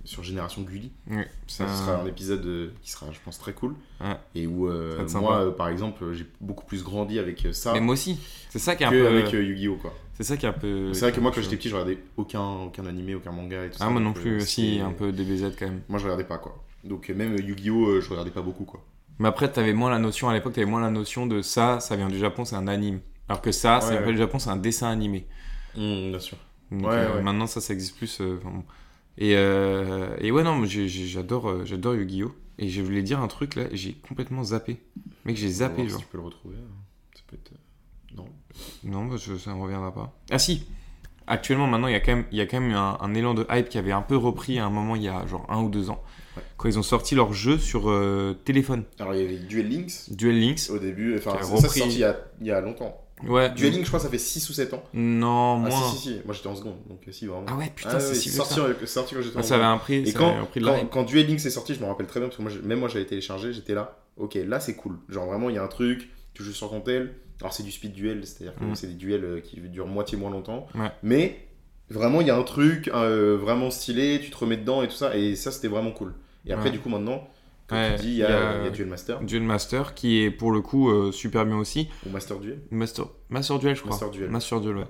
Speaker 4: sur Génération Gulli.
Speaker 3: Ouais, c'est
Speaker 4: Ça, ce
Speaker 3: un-
Speaker 4: sera un épisode euh, qui sera, je pense, très cool.
Speaker 3: Ouais.
Speaker 4: Et où, euh,
Speaker 3: Ça va être sympa.
Speaker 4: moi, euh, par exemple, euh, j'ai beaucoup plus grandi avec euh, ça
Speaker 3: Mais moi aussi. C'est ça qui est un peu. euh,
Speaker 4: qu'avec Yu-Gi-Oh! quoi.
Speaker 3: C'est ça qui est un peu.
Speaker 4: euh,
Speaker 3: euh,
Speaker 4: c'est vrai que moi, quand j'étais petit, je regardais aucun, aucun animé, aucun manga et tout ça.
Speaker 3: Ah, moi
Speaker 4: donc,
Speaker 3: non
Speaker 4: euh,
Speaker 3: plus, si,
Speaker 4: c'était-
Speaker 3: un peu DBZ quand même.
Speaker 4: Moi, je regardais pas, quoi. Donc, euh, même euh, Yu-Gi-Oh! euh, je regardais pas beaucoup, quoi.
Speaker 3: Mais après, t'avais moins la notion, à l'époque, t'avais moins la notion de ça, ça vient du Japon, c'est un anime. Alors que ça, ça
Speaker 4: Ouais,
Speaker 3: vient pas
Speaker 4: ouais.
Speaker 3: du Japon, c'est un dessin animé.
Speaker 4: Mm, bien sûr.
Speaker 3: Donc,
Speaker 4: Ouais,
Speaker 3: euh,
Speaker 4: ouais.
Speaker 3: Maintenant, ça, ça existe plus. euh, enfin, bon. et, euh, et ouais, non, mais j'ai- j'ai- j'adore euh, j'adore Yu-Gi-Oh! Et je voulais dire un truc là, j'ai complètement zappé. Mec, j'ai zappé, genre.
Speaker 4: Si tu peux le retrouver, hein. ça peut être. euh, Non.
Speaker 3: Non, bah, je- ça ne reviendra pas. Ah si Actuellement, maintenant, il y a quand même, il y a quand même eu un, un élan de hype qui avait un peu repris à un moment, il y a genre un ou deux ans,
Speaker 4: Ouais.
Speaker 3: quand ils ont sorti leur jeu sur euh, téléphone.
Speaker 4: Alors, il y avait Duel Links
Speaker 3: Duel Links.
Speaker 4: au début. Enfin,
Speaker 3: Qui a
Speaker 4: ça, ça,
Speaker 3: repris-
Speaker 4: c'est sorti il y a, il y a longtemps.
Speaker 3: Ouais.
Speaker 4: Duel Links, je crois, ça fait 6 ou 7 ans.
Speaker 3: Non, moins.
Speaker 4: Ah,
Speaker 3: Ah,
Speaker 4: si, si, si. Moi, j'étais en seconde, donc euh, si, vraiment.
Speaker 3: ouais, putain,
Speaker 4: Ah,
Speaker 3: c'est
Speaker 4: ouais,
Speaker 3: si vieux que
Speaker 4: sorti,
Speaker 3: ça.
Speaker 4: euh, sorti quand j'étais en
Speaker 3: Ah, ça avait un prix,
Speaker 4: Et
Speaker 3: ça
Speaker 4: quand,
Speaker 3: avait un prix de
Speaker 4: quand,
Speaker 3: l'hype.
Speaker 4: quand Duel Links est sorti, je me rappelle très bien parce que moi, je- même moi j'avais téléchargé, j'étais là. Ok, là c'est cool. Genre vraiment, il y a un truc, tu joues sur ton tel. Alors c'est du speed duel, c'est-à-dire que
Speaker 3: Mm.
Speaker 4: c'est des duels euh, qui durent moitié moins longtemps.
Speaker 3: Ouais.
Speaker 4: Mais vraiment, il y a un truc euh, vraiment stylé, tu te remets dedans et tout ça. Et ça, c'était vraiment cool. Et après,
Speaker 3: Ouais.
Speaker 4: du coup, maintenant, comme
Speaker 3: Ouais,
Speaker 4: tu dis, il y, a- il y a Duel Master
Speaker 3: Duel Master, qui est pour le coup euh, super bien aussi.
Speaker 4: ou Master Duel.
Speaker 3: Master, Master Duel, je crois.
Speaker 4: Master Duel.
Speaker 3: Master Duel, ouais.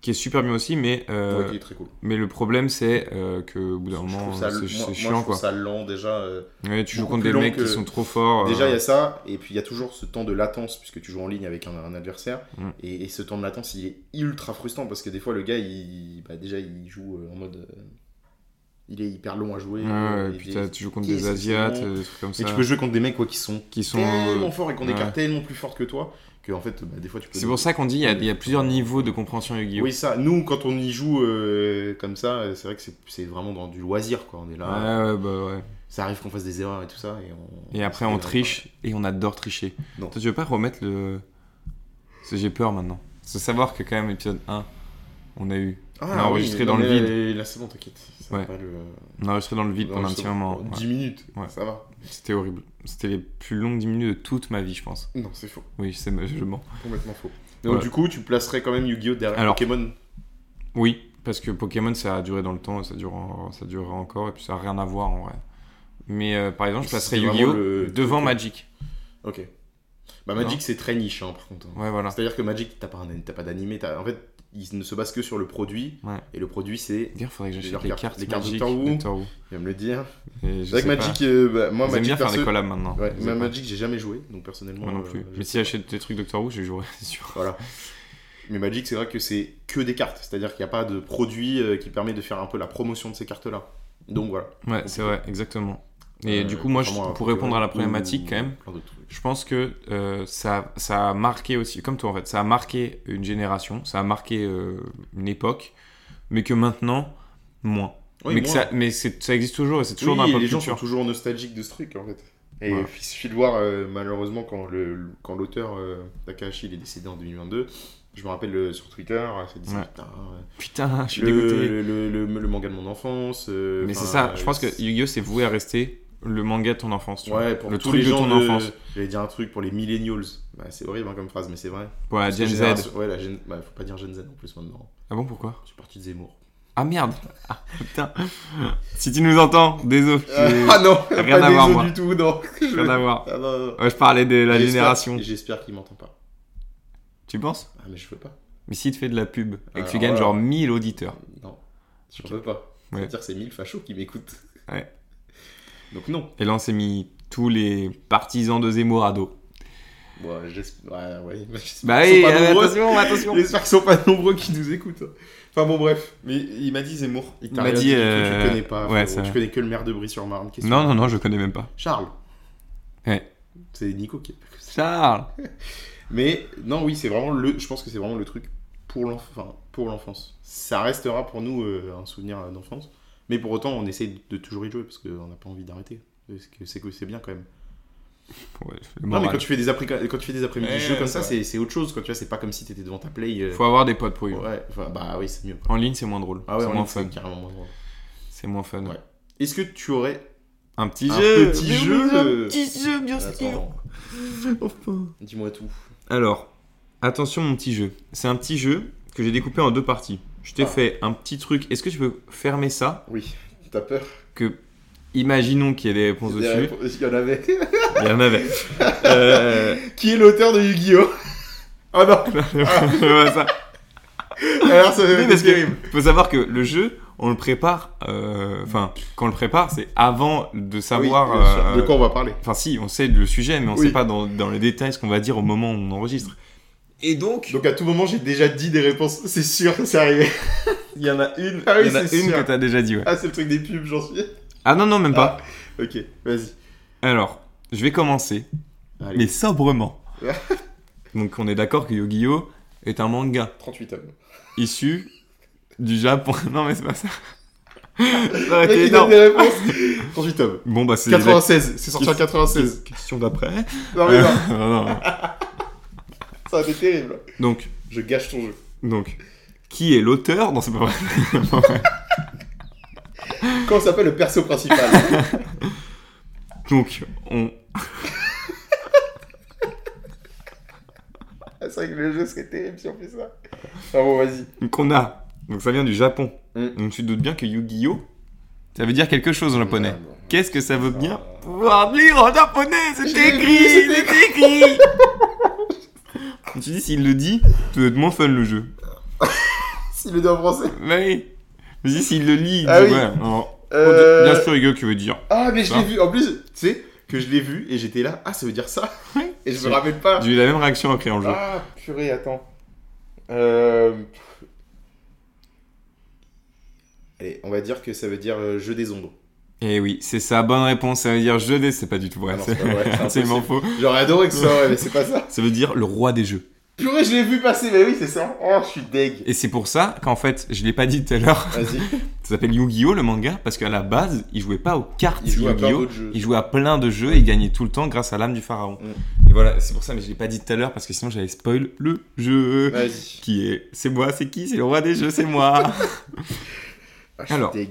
Speaker 3: Qui est super bien aussi, mais, euh,
Speaker 4: Ouais, qui est très cool.
Speaker 3: mais le problème, c'est euh, que au bout d'un
Speaker 4: je
Speaker 3: moment,
Speaker 4: trouve
Speaker 3: euh,
Speaker 4: ça, moi-
Speaker 3: c'est
Speaker 4: moi,
Speaker 3: c'est
Speaker 4: je
Speaker 3: chiant,
Speaker 4: trouve
Speaker 3: quoi.
Speaker 4: ça lent déjà. euh,
Speaker 3: Ouais, tu joues
Speaker 4: beaucoup
Speaker 3: contre des
Speaker 4: plus long
Speaker 3: mecs
Speaker 4: que-
Speaker 3: qui sont trop forts.
Speaker 4: Déjà,
Speaker 3: euh,
Speaker 4: il y a ça, et puis il y a toujours ce temps de latence, puisque tu joues en ligne avec un, un adversaire,
Speaker 3: Mm.
Speaker 4: et, et ce temps de latence, il est ultra frustrant, parce que des fois, le gars, il, bah, déjà, il joue euh, en mode... euh, il est hyper long à jouer.
Speaker 3: Ouais,
Speaker 4: euh,
Speaker 3: ouais,
Speaker 4: et
Speaker 3: puis
Speaker 4: des-
Speaker 3: t'as- tu joues contre
Speaker 4: qu'est-ce
Speaker 3: des
Speaker 4: que
Speaker 3: Asiates,
Speaker 4: c'est
Speaker 3: euh, des trucs comme ça.
Speaker 4: Et tu peux jouer contre des mecs quoi, qui sont
Speaker 3: qui sont.
Speaker 4: tellement forts et qui ont des
Speaker 3: ouais.
Speaker 4: cartes tellement plus fortes que toi, que en fait, bah, des fois, tu peux...
Speaker 3: C'est pour ça qu'on dit il y, a- il y a plusieurs niveaux de compréhension Yu-Gi-Oh!
Speaker 4: Oui, ça. Nous, quand on y joue euh, comme ça, euh, c'est vrai que c'est- c'est vraiment dans du loisir, quoi. On est
Speaker 3: Ouais,
Speaker 4: là,
Speaker 3: ouais, bah ouais.
Speaker 4: ça arrive qu'on fasse des erreurs et tout ça, et on...
Speaker 3: Et après,
Speaker 4: se
Speaker 3: on
Speaker 4: dégrade,
Speaker 3: triche et on adore tricher.
Speaker 4: Non.
Speaker 3: Toi, tu veux pas remettre le. Parce que J'ai peur maintenant. C'est savoir que, quand même, épisode 1, on a eu.
Speaker 4: quoi.
Speaker 3: On a enregistré dans le
Speaker 4: Ah mais
Speaker 3: vide.
Speaker 4: là, Là, c'est bon, t'inquiète. Ça va
Speaker 3: Ouais.
Speaker 4: pas le-
Speaker 3: On a enregistré dans le vide
Speaker 4: Non,
Speaker 3: pendant un
Speaker 4: je-
Speaker 3: petit moment.
Speaker 4: pour
Speaker 3: ouais.
Speaker 4: 10 minutes,
Speaker 3: Ouais.
Speaker 4: ça va.
Speaker 3: C'était horrible. C'était les plus longues 10 minutes de toute ma vie, je pense.
Speaker 4: Non, c'est faux,
Speaker 3: Oui, je sais, je mens.
Speaker 4: complètement faux. Donc
Speaker 3: Ouais.
Speaker 4: du coup, tu placerais quand même Yu-Gi-Oh derrière
Speaker 3: Alors.
Speaker 4: Pokémon.
Speaker 3: Oui, parce que Pokémon, ça a duré dans le temps, ça dure, en- ça durera encore, et puis ça a rien à voir en vrai. Mais euh, par exemple, je
Speaker 4: C'est
Speaker 3: placerais
Speaker 4: vraiment
Speaker 3: Yu-Gi-Oh!
Speaker 4: le
Speaker 3: devant
Speaker 4: truc, euh,
Speaker 3: Magic.
Speaker 4: Ok. Bah
Speaker 3: Non.
Speaker 4: Magic, c'est très niche, hein, par contre. hein.
Speaker 3: Ouais, voilà.
Speaker 4: C'est-à-dire que Magic, t'as pas, un- t'as pas d'animé, t'as- en fait, ils ne se basent que sur le produit,
Speaker 3: Ouais.
Speaker 4: et le produit, c'est,
Speaker 3: D'ailleurs, faudrait que j'achète
Speaker 4: Leurs
Speaker 3: les
Speaker 4: cartes-
Speaker 3: cartes,
Speaker 4: les cartes
Speaker 3: Magic,
Speaker 4: Doctor Who.
Speaker 3: Doctor Who.
Speaker 4: je vais me le dire.
Speaker 3: Et je
Speaker 4: C'est vrai que
Speaker 3: sais pas.
Speaker 4: Magic, euh, bah, moi,
Speaker 3: Ils aiment
Speaker 4: Magic,
Speaker 3: bien faire
Speaker 4: perso-
Speaker 3: des collabs maintenant.
Speaker 4: Ouais,
Speaker 3: Je sais
Speaker 4: moi,
Speaker 3: pas.
Speaker 4: Magic, j'ai jamais joué, donc personnellement.
Speaker 3: Moi non
Speaker 4: euh,
Speaker 3: plus.
Speaker 4: je
Speaker 3: Mais
Speaker 4: sais
Speaker 3: si
Speaker 4: pas.
Speaker 3: j'achète des trucs Doctor Who, je les jouerai, c'est sûr.
Speaker 4: Voilà. Mais Magic, c'est vrai que c'est que des cartes, c'est-à-dire qu'il n'y a pas de produit euh, qui permet de faire un peu la promotion de ces cartes-là. Donc voilà.
Speaker 3: Ouais, c'est vrai, exactement. Et
Speaker 4: Euh,
Speaker 3: du coup, moi, je-
Speaker 4: contrairement à
Speaker 3: pour répondre à la
Speaker 4: Pokémon ou
Speaker 3: problématique, quand même,
Speaker 4: Plein d'autres trucs.
Speaker 3: Je pense que euh, ça, ça a marqué aussi, comme toi en fait, ça a marqué une génération, ça a marqué euh, une époque, mais que maintenant, moins.
Speaker 4: Oui,
Speaker 3: mais que
Speaker 4: moi,
Speaker 3: ça, mais c'est- ça existe toujours et c'est toujours
Speaker 4: Oui,
Speaker 3: dans la
Speaker 4: et
Speaker 3: pop
Speaker 4: les gens sont
Speaker 3: culture.
Speaker 4: toujours nostalgiques de ce truc en fait. Et
Speaker 3: Voilà.
Speaker 4: il suffit de voir euh, malheureusement quand le quand l'auteur euh, Takahashi il est décédé en 2022. Je me rappelle euh, sur Twitter, ça disait
Speaker 3: Ouais.
Speaker 4: putain,
Speaker 3: Putain, je suis
Speaker 4: le,
Speaker 3: dégoûté.
Speaker 4: le, le, le- le manga de mon enfance. euh,
Speaker 3: mais
Speaker 4: enfin,
Speaker 3: c'est ça, je
Speaker 4: euh,
Speaker 3: pense que
Speaker 4: c'est-
Speaker 3: Yu-Gi-Oh! c'est voué à rester le manga de ton enfance. tu vois.
Speaker 4: Ouais, pour
Speaker 3: le
Speaker 4: tous
Speaker 3: truc
Speaker 4: les
Speaker 3: de
Speaker 4: gens
Speaker 3: ton
Speaker 4: de-
Speaker 3: enfance.
Speaker 4: J'allais dire un truc pour les millennials. Bah, c'est horrible hein, comme phrase, mais c'est vrai.
Speaker 3: Pour la
Speaker 4: Parce que
Speaker 3: Gen Z.
Speaker 4: génération- Ouais, la Gen- bah, faut pas dire Gen Z en plus maintenant.
Speaker 3: Ah bon, pourquoi
Speaker 4: Je suis parti de Zemmour.
Speaker 3: Ah merde Ah, Putain Si tu nous entends, désolé.
Speaker 4: ah non,
Speaker 3: rien
Speaker 4: pas
Speaker 3: à voir,
Speaker 4: des os
Speaker 3: moi.
Speaker 4: du tout, non. Je-
Speaker 3: Rien à voir.
Speaker 4: Ah, non, non.
Speaker 3: Ouais, je parlais de la
Speaker 4: J'espère-
Speaker 3: génération.
Speaker 4: J'espère qu'il m'entend pas.
Speaker 3: Tu penses
Speaker 4: Ah, mais je veux pas.
Speaker 3: Mais si tu fais de la pub et que tu
Speaker 4: Alors,
Speaker 3: gagnes
Speaker 4: voilà.
Speaker 3: genre 1000 auditeurs.
Speaker 4: Non, je veux pas.
Speaker 3: Ouais.
Speaker 4: C'est-à-dire que c'est 1000 fachos qui m'écoutent.
Speaker 3: Ouais.
Speaker 4: Donc non.
Speaker 3: Et là, on s'est mis tous les partisans de Zemmour à dos.
Speaker 4: Bon, j'espère ouais, ouais, j'espère
Speaker 3: Bah
Speaker 4: qu'ils
Speaker 3: oui,
Speaker 4: sont pas
Speaker 3: euh,
Speaker 4: nombreux.
Speaker 3: attention, attention.
Speaker 4: J'espère qu'ils sont pas nombreux qui nous écoutent. Enfin bon, bref. Mais il m'a dit Zemmour.
Speaker 3: Il
Speaker 4: t'a
Speaker 3: m'a
Speaker 4: rien
Speaker 3: dit,
Speaker 4: du tout,
Speaker 3: euh,
Speaker 4: Tu connais pas.
Speaker 3: ouais,
Speaker 4: frérot.
Speaker 3: c'est vrai.
Speaker 4: tu connais que le maire de Brie-sur-Marne. Qu'est-ce
Speaker 3: Non,
Speaker 4: que-
Speaker 3: non, non, je connais même pas.
Speaker 4: Charles.
Speaker 3: Ouais.
Speaker 4: C'est Nico qui a fait ça.
Speaker 3: Charles
Speaker 4: Mais non, oui, c'est vraiment le. Je pense que c'est vraiment le truc pour l'enf- enfin, pour l'enfance. Ça restera pour nous euh, un souvenir euh, d'enfance. Mais pour autant, on essaie de toujours y jouer parce qu'on n'a pas envie d'arrêter. Parce que c'est que c'est bien quand même.
Speaker 3: Ouais, le
Speaker 4: Non, mais
Speaker 3: moral.
Speaker 4: quand tu fais des après quand tu fais des après-midi
Speaker 3: Ouais,
Speaker 4: jeux comme
Speaker 3: c'est
Speaker 4: ça,
Speaker 3: vrai.
Speaker 4: c'est c'est autre chose. Quand tu vois, c'est pas comme si t'étais devant ta play. euh,
Speaker 3: Faut avoir des potes pour y jouer.
Speaker 4: Ouais, enfin, bah oui, c'est mieux.
Speaker 3: En ligne, c'est moins drôle.
Speaker 4: Ah ouais,
Speaker 3: c'est
Speaker 4: en
Speaker 3: moins
Speaker 4: ligne,
Speaker 3: fun.
Speaker 4: c'est carrément moins drôle.
Speaker 3: C'est moins fun.
Speaker 4: Ouais. Est-ce que tu aurais
Speaker 3: Un petit
Speaker 4: Un
Speaker 3: jeu
Speaker 4: petit
Speaker 3: mais
Speaker 4: jeu.
Speaker 3: oui, Un petit jeu, bien sûr
Speaker 4: Attends, dis-moi tout.
Speaker 3: Alors, attention, mon petit jeu. C'est un petit jeu que j'ai découpé en deux parties. Je t'ai
Speaker 4: Ah.
Speaker 3: fait un petit truc. Est-ce que tu peux fermer ça
Speaker 4: Oui. T'as peur
Speaker 3: que imaginons qu'il y ait des réponses
Speaker 4: Des
Speaker 3: dessus.
Speaker 4: réponses- Il y en avait.
Speaker 3: Il y en avait. Euh,
Speaker 4: Qui est l'auteur de Yu-Gi-Oh Oh non
Speaker 3: voilà ça.
Speaker 4: Ah, Alors ça
Speaker 3: Oui,
Speaker 4: c'est
Speaker 3: parce
Speaker 4: terrible.
Speaker 3: que faut savoir que le jeu, on le prépare. euh, Enfin, quand on le prépare, c'est avant de savoir.
Speaker 4: Oui, bien sûr.
Speaker 3: euh,
Speaker 4: De quoi on va parler
Speaker 3: Enfin, si, on sait le sujet, mais on
Speaker 4: Oui.
Speaker 3: sait pas dans, dans les détails ce qu'on va dire au moment où on enregistre. Et donc,
Speaker 4: Donc à tout moment j'ai déjà dit des réponses, c'est sûr, c'est arrivé.
Speaker 3: il y en a une,
Speaker 4: Ah oui,
Speaker 3: il y en a
Speaker 4: c'est
Speaker 3: une
Speaker 4: sûr.
Speaker 3: que t'as déjà dit, ouais.
Speaker 4: Ah c'est le truc des pubs, j'en suis.
Speaker 3: Ah non, non, même pas.
Speaker 4: Ok, vas-y.
Speaker 3: Alors, je vais commencer,
Speaker 4: Ah. Allez.
Speaker 3: mais sobrement. donc, on est d'accord que Yu-Gi-Oh! est un manga
Speaker 4: 38 hommes.
Speaker 3: issu du Japon. Non, mais c'est pas ça. Ça aurait
Speaker 4: Mec,
Speaker 3: été
Speaker 4: il
Speaker 3: énorme.
Speaker 4: donne des réponses 38 hommes.
Speaker 3: Bon, bah, c'est la
Speaker 4: 96, c'est sorti en
Speaker 3: Qu'est-ce-
Speaker 4: 96.
Speaker 3: question d'après.
Speaker 4: Non mais non,
Speaker 3: Non, non, non.
Speaker 4: ça a été terrible.
Speaker 3: Donc,
Speaker 4: Je gâche ton jeu.
Speaker 3: donc, qui est l'auteur Non, c'est pas vrai. C'est pas vrai.
Speaker 4: Comment s'appelle le perso principal
Speaker 3: Donc, on.
Speaker 4: Ah, C'est vrai que le jeu serait terrible si on fait ça. Ah bon, vas-y.
Speaker 3: Donc, on a. Donc, ça vient du Japon.
Speaker 4: Mm.
Speaker 3: Donc, tu te doutes bien que Yu-Gi-Oh! Ça veut dire quelque chose en japonais.
Speaker 4: Ah, bon.
Speaker 3: Qu'est-ce que ça veut bien
Speaker 4: Ah.
Speaker 3: pouvoir lire en japonais C'est
Speaker 4: J'ai
Speaker 3: écrit
Speaker 4: vu, c'est
Speaker 3: C'est écrit Tu dis, s'il le dit, ça doit être moins fun le jeu.
Speaker 4: S'il le dit en français.
Speaker 3: Mais oui. Vas-y, s'il le lit, il
Speaker 4: Ah
Speaker 3: dit,
Speaker 4: oui.
Speaker 3: ouais, alors,
Speaker 4: Euh,
Speaker 3: Bien sûr, Yu-Gi-Oh! qui veut dire.
Speaker 4: Ah, mais je l'ai
Speaker 3: Hein
Speaker 4: vu. En plus, tu sais que je l'ai vu et j'étais là. Ah, ça veut dire ça
Speaker 3: Ouais.
Speaker 4: Et je me rappelle pas.
Speaker 3: J'ai eu la même réaction en créant le jeu.
Speaker 4: Ah, purée, attends. Euh... Allez, on va dire que ça veut dire euh, jeu des ombres.
Speaker 3: Eh oui, c'est sa bonne réponse, ça veut dire je des, c'est pas du tout vrai,
Speaker 4: Ah non,
Speaker 3: c'est
Speaker 4: c'est pas vrai, c'est
Speaker 3: absolument faux.
Speaker 4: J'aurais adoré que ça, ouais, mais c'est pas ça.
Speaker 3: Ça veut dire le roi des jeux.
Speaker 4: Purée, je l'ai vu passer, mais oui, c'est ça. Oh, je suis deg.
Speaker 3: Et c'est pour ça qu'en fait, je l'ai pas dit tout à l'heure,
Speaker 4: Vas-y,
Speaker 3: ça s'appelle Yu-Gi-Oh! le manga, parce qu'à la base, il jouait pas aux cartes
Speaker 4: il joue à plein
Speaker 3: Yu-Gi-Oh!
Speaker 4: d'autres jeux.
Speaker 3: Il jouait à plein de jeux et il gagnait tout le temps grâce à l'âme du pharaon.
Speaker 4: Mm.
Speaker 3: Et voilà, c'est pour ça, mais je l'ai pas dit tout à l'heure, parce que sinon j'allais spoil le jeu.
Speaker 4: Vas-y.
Speaker 3: Qui est C'est moi, c'est qui C'est le roi des jeux, c'est moi
Speaker 4: Ah, je suis
Speaker 3: Alors,
Speaker 4: deg.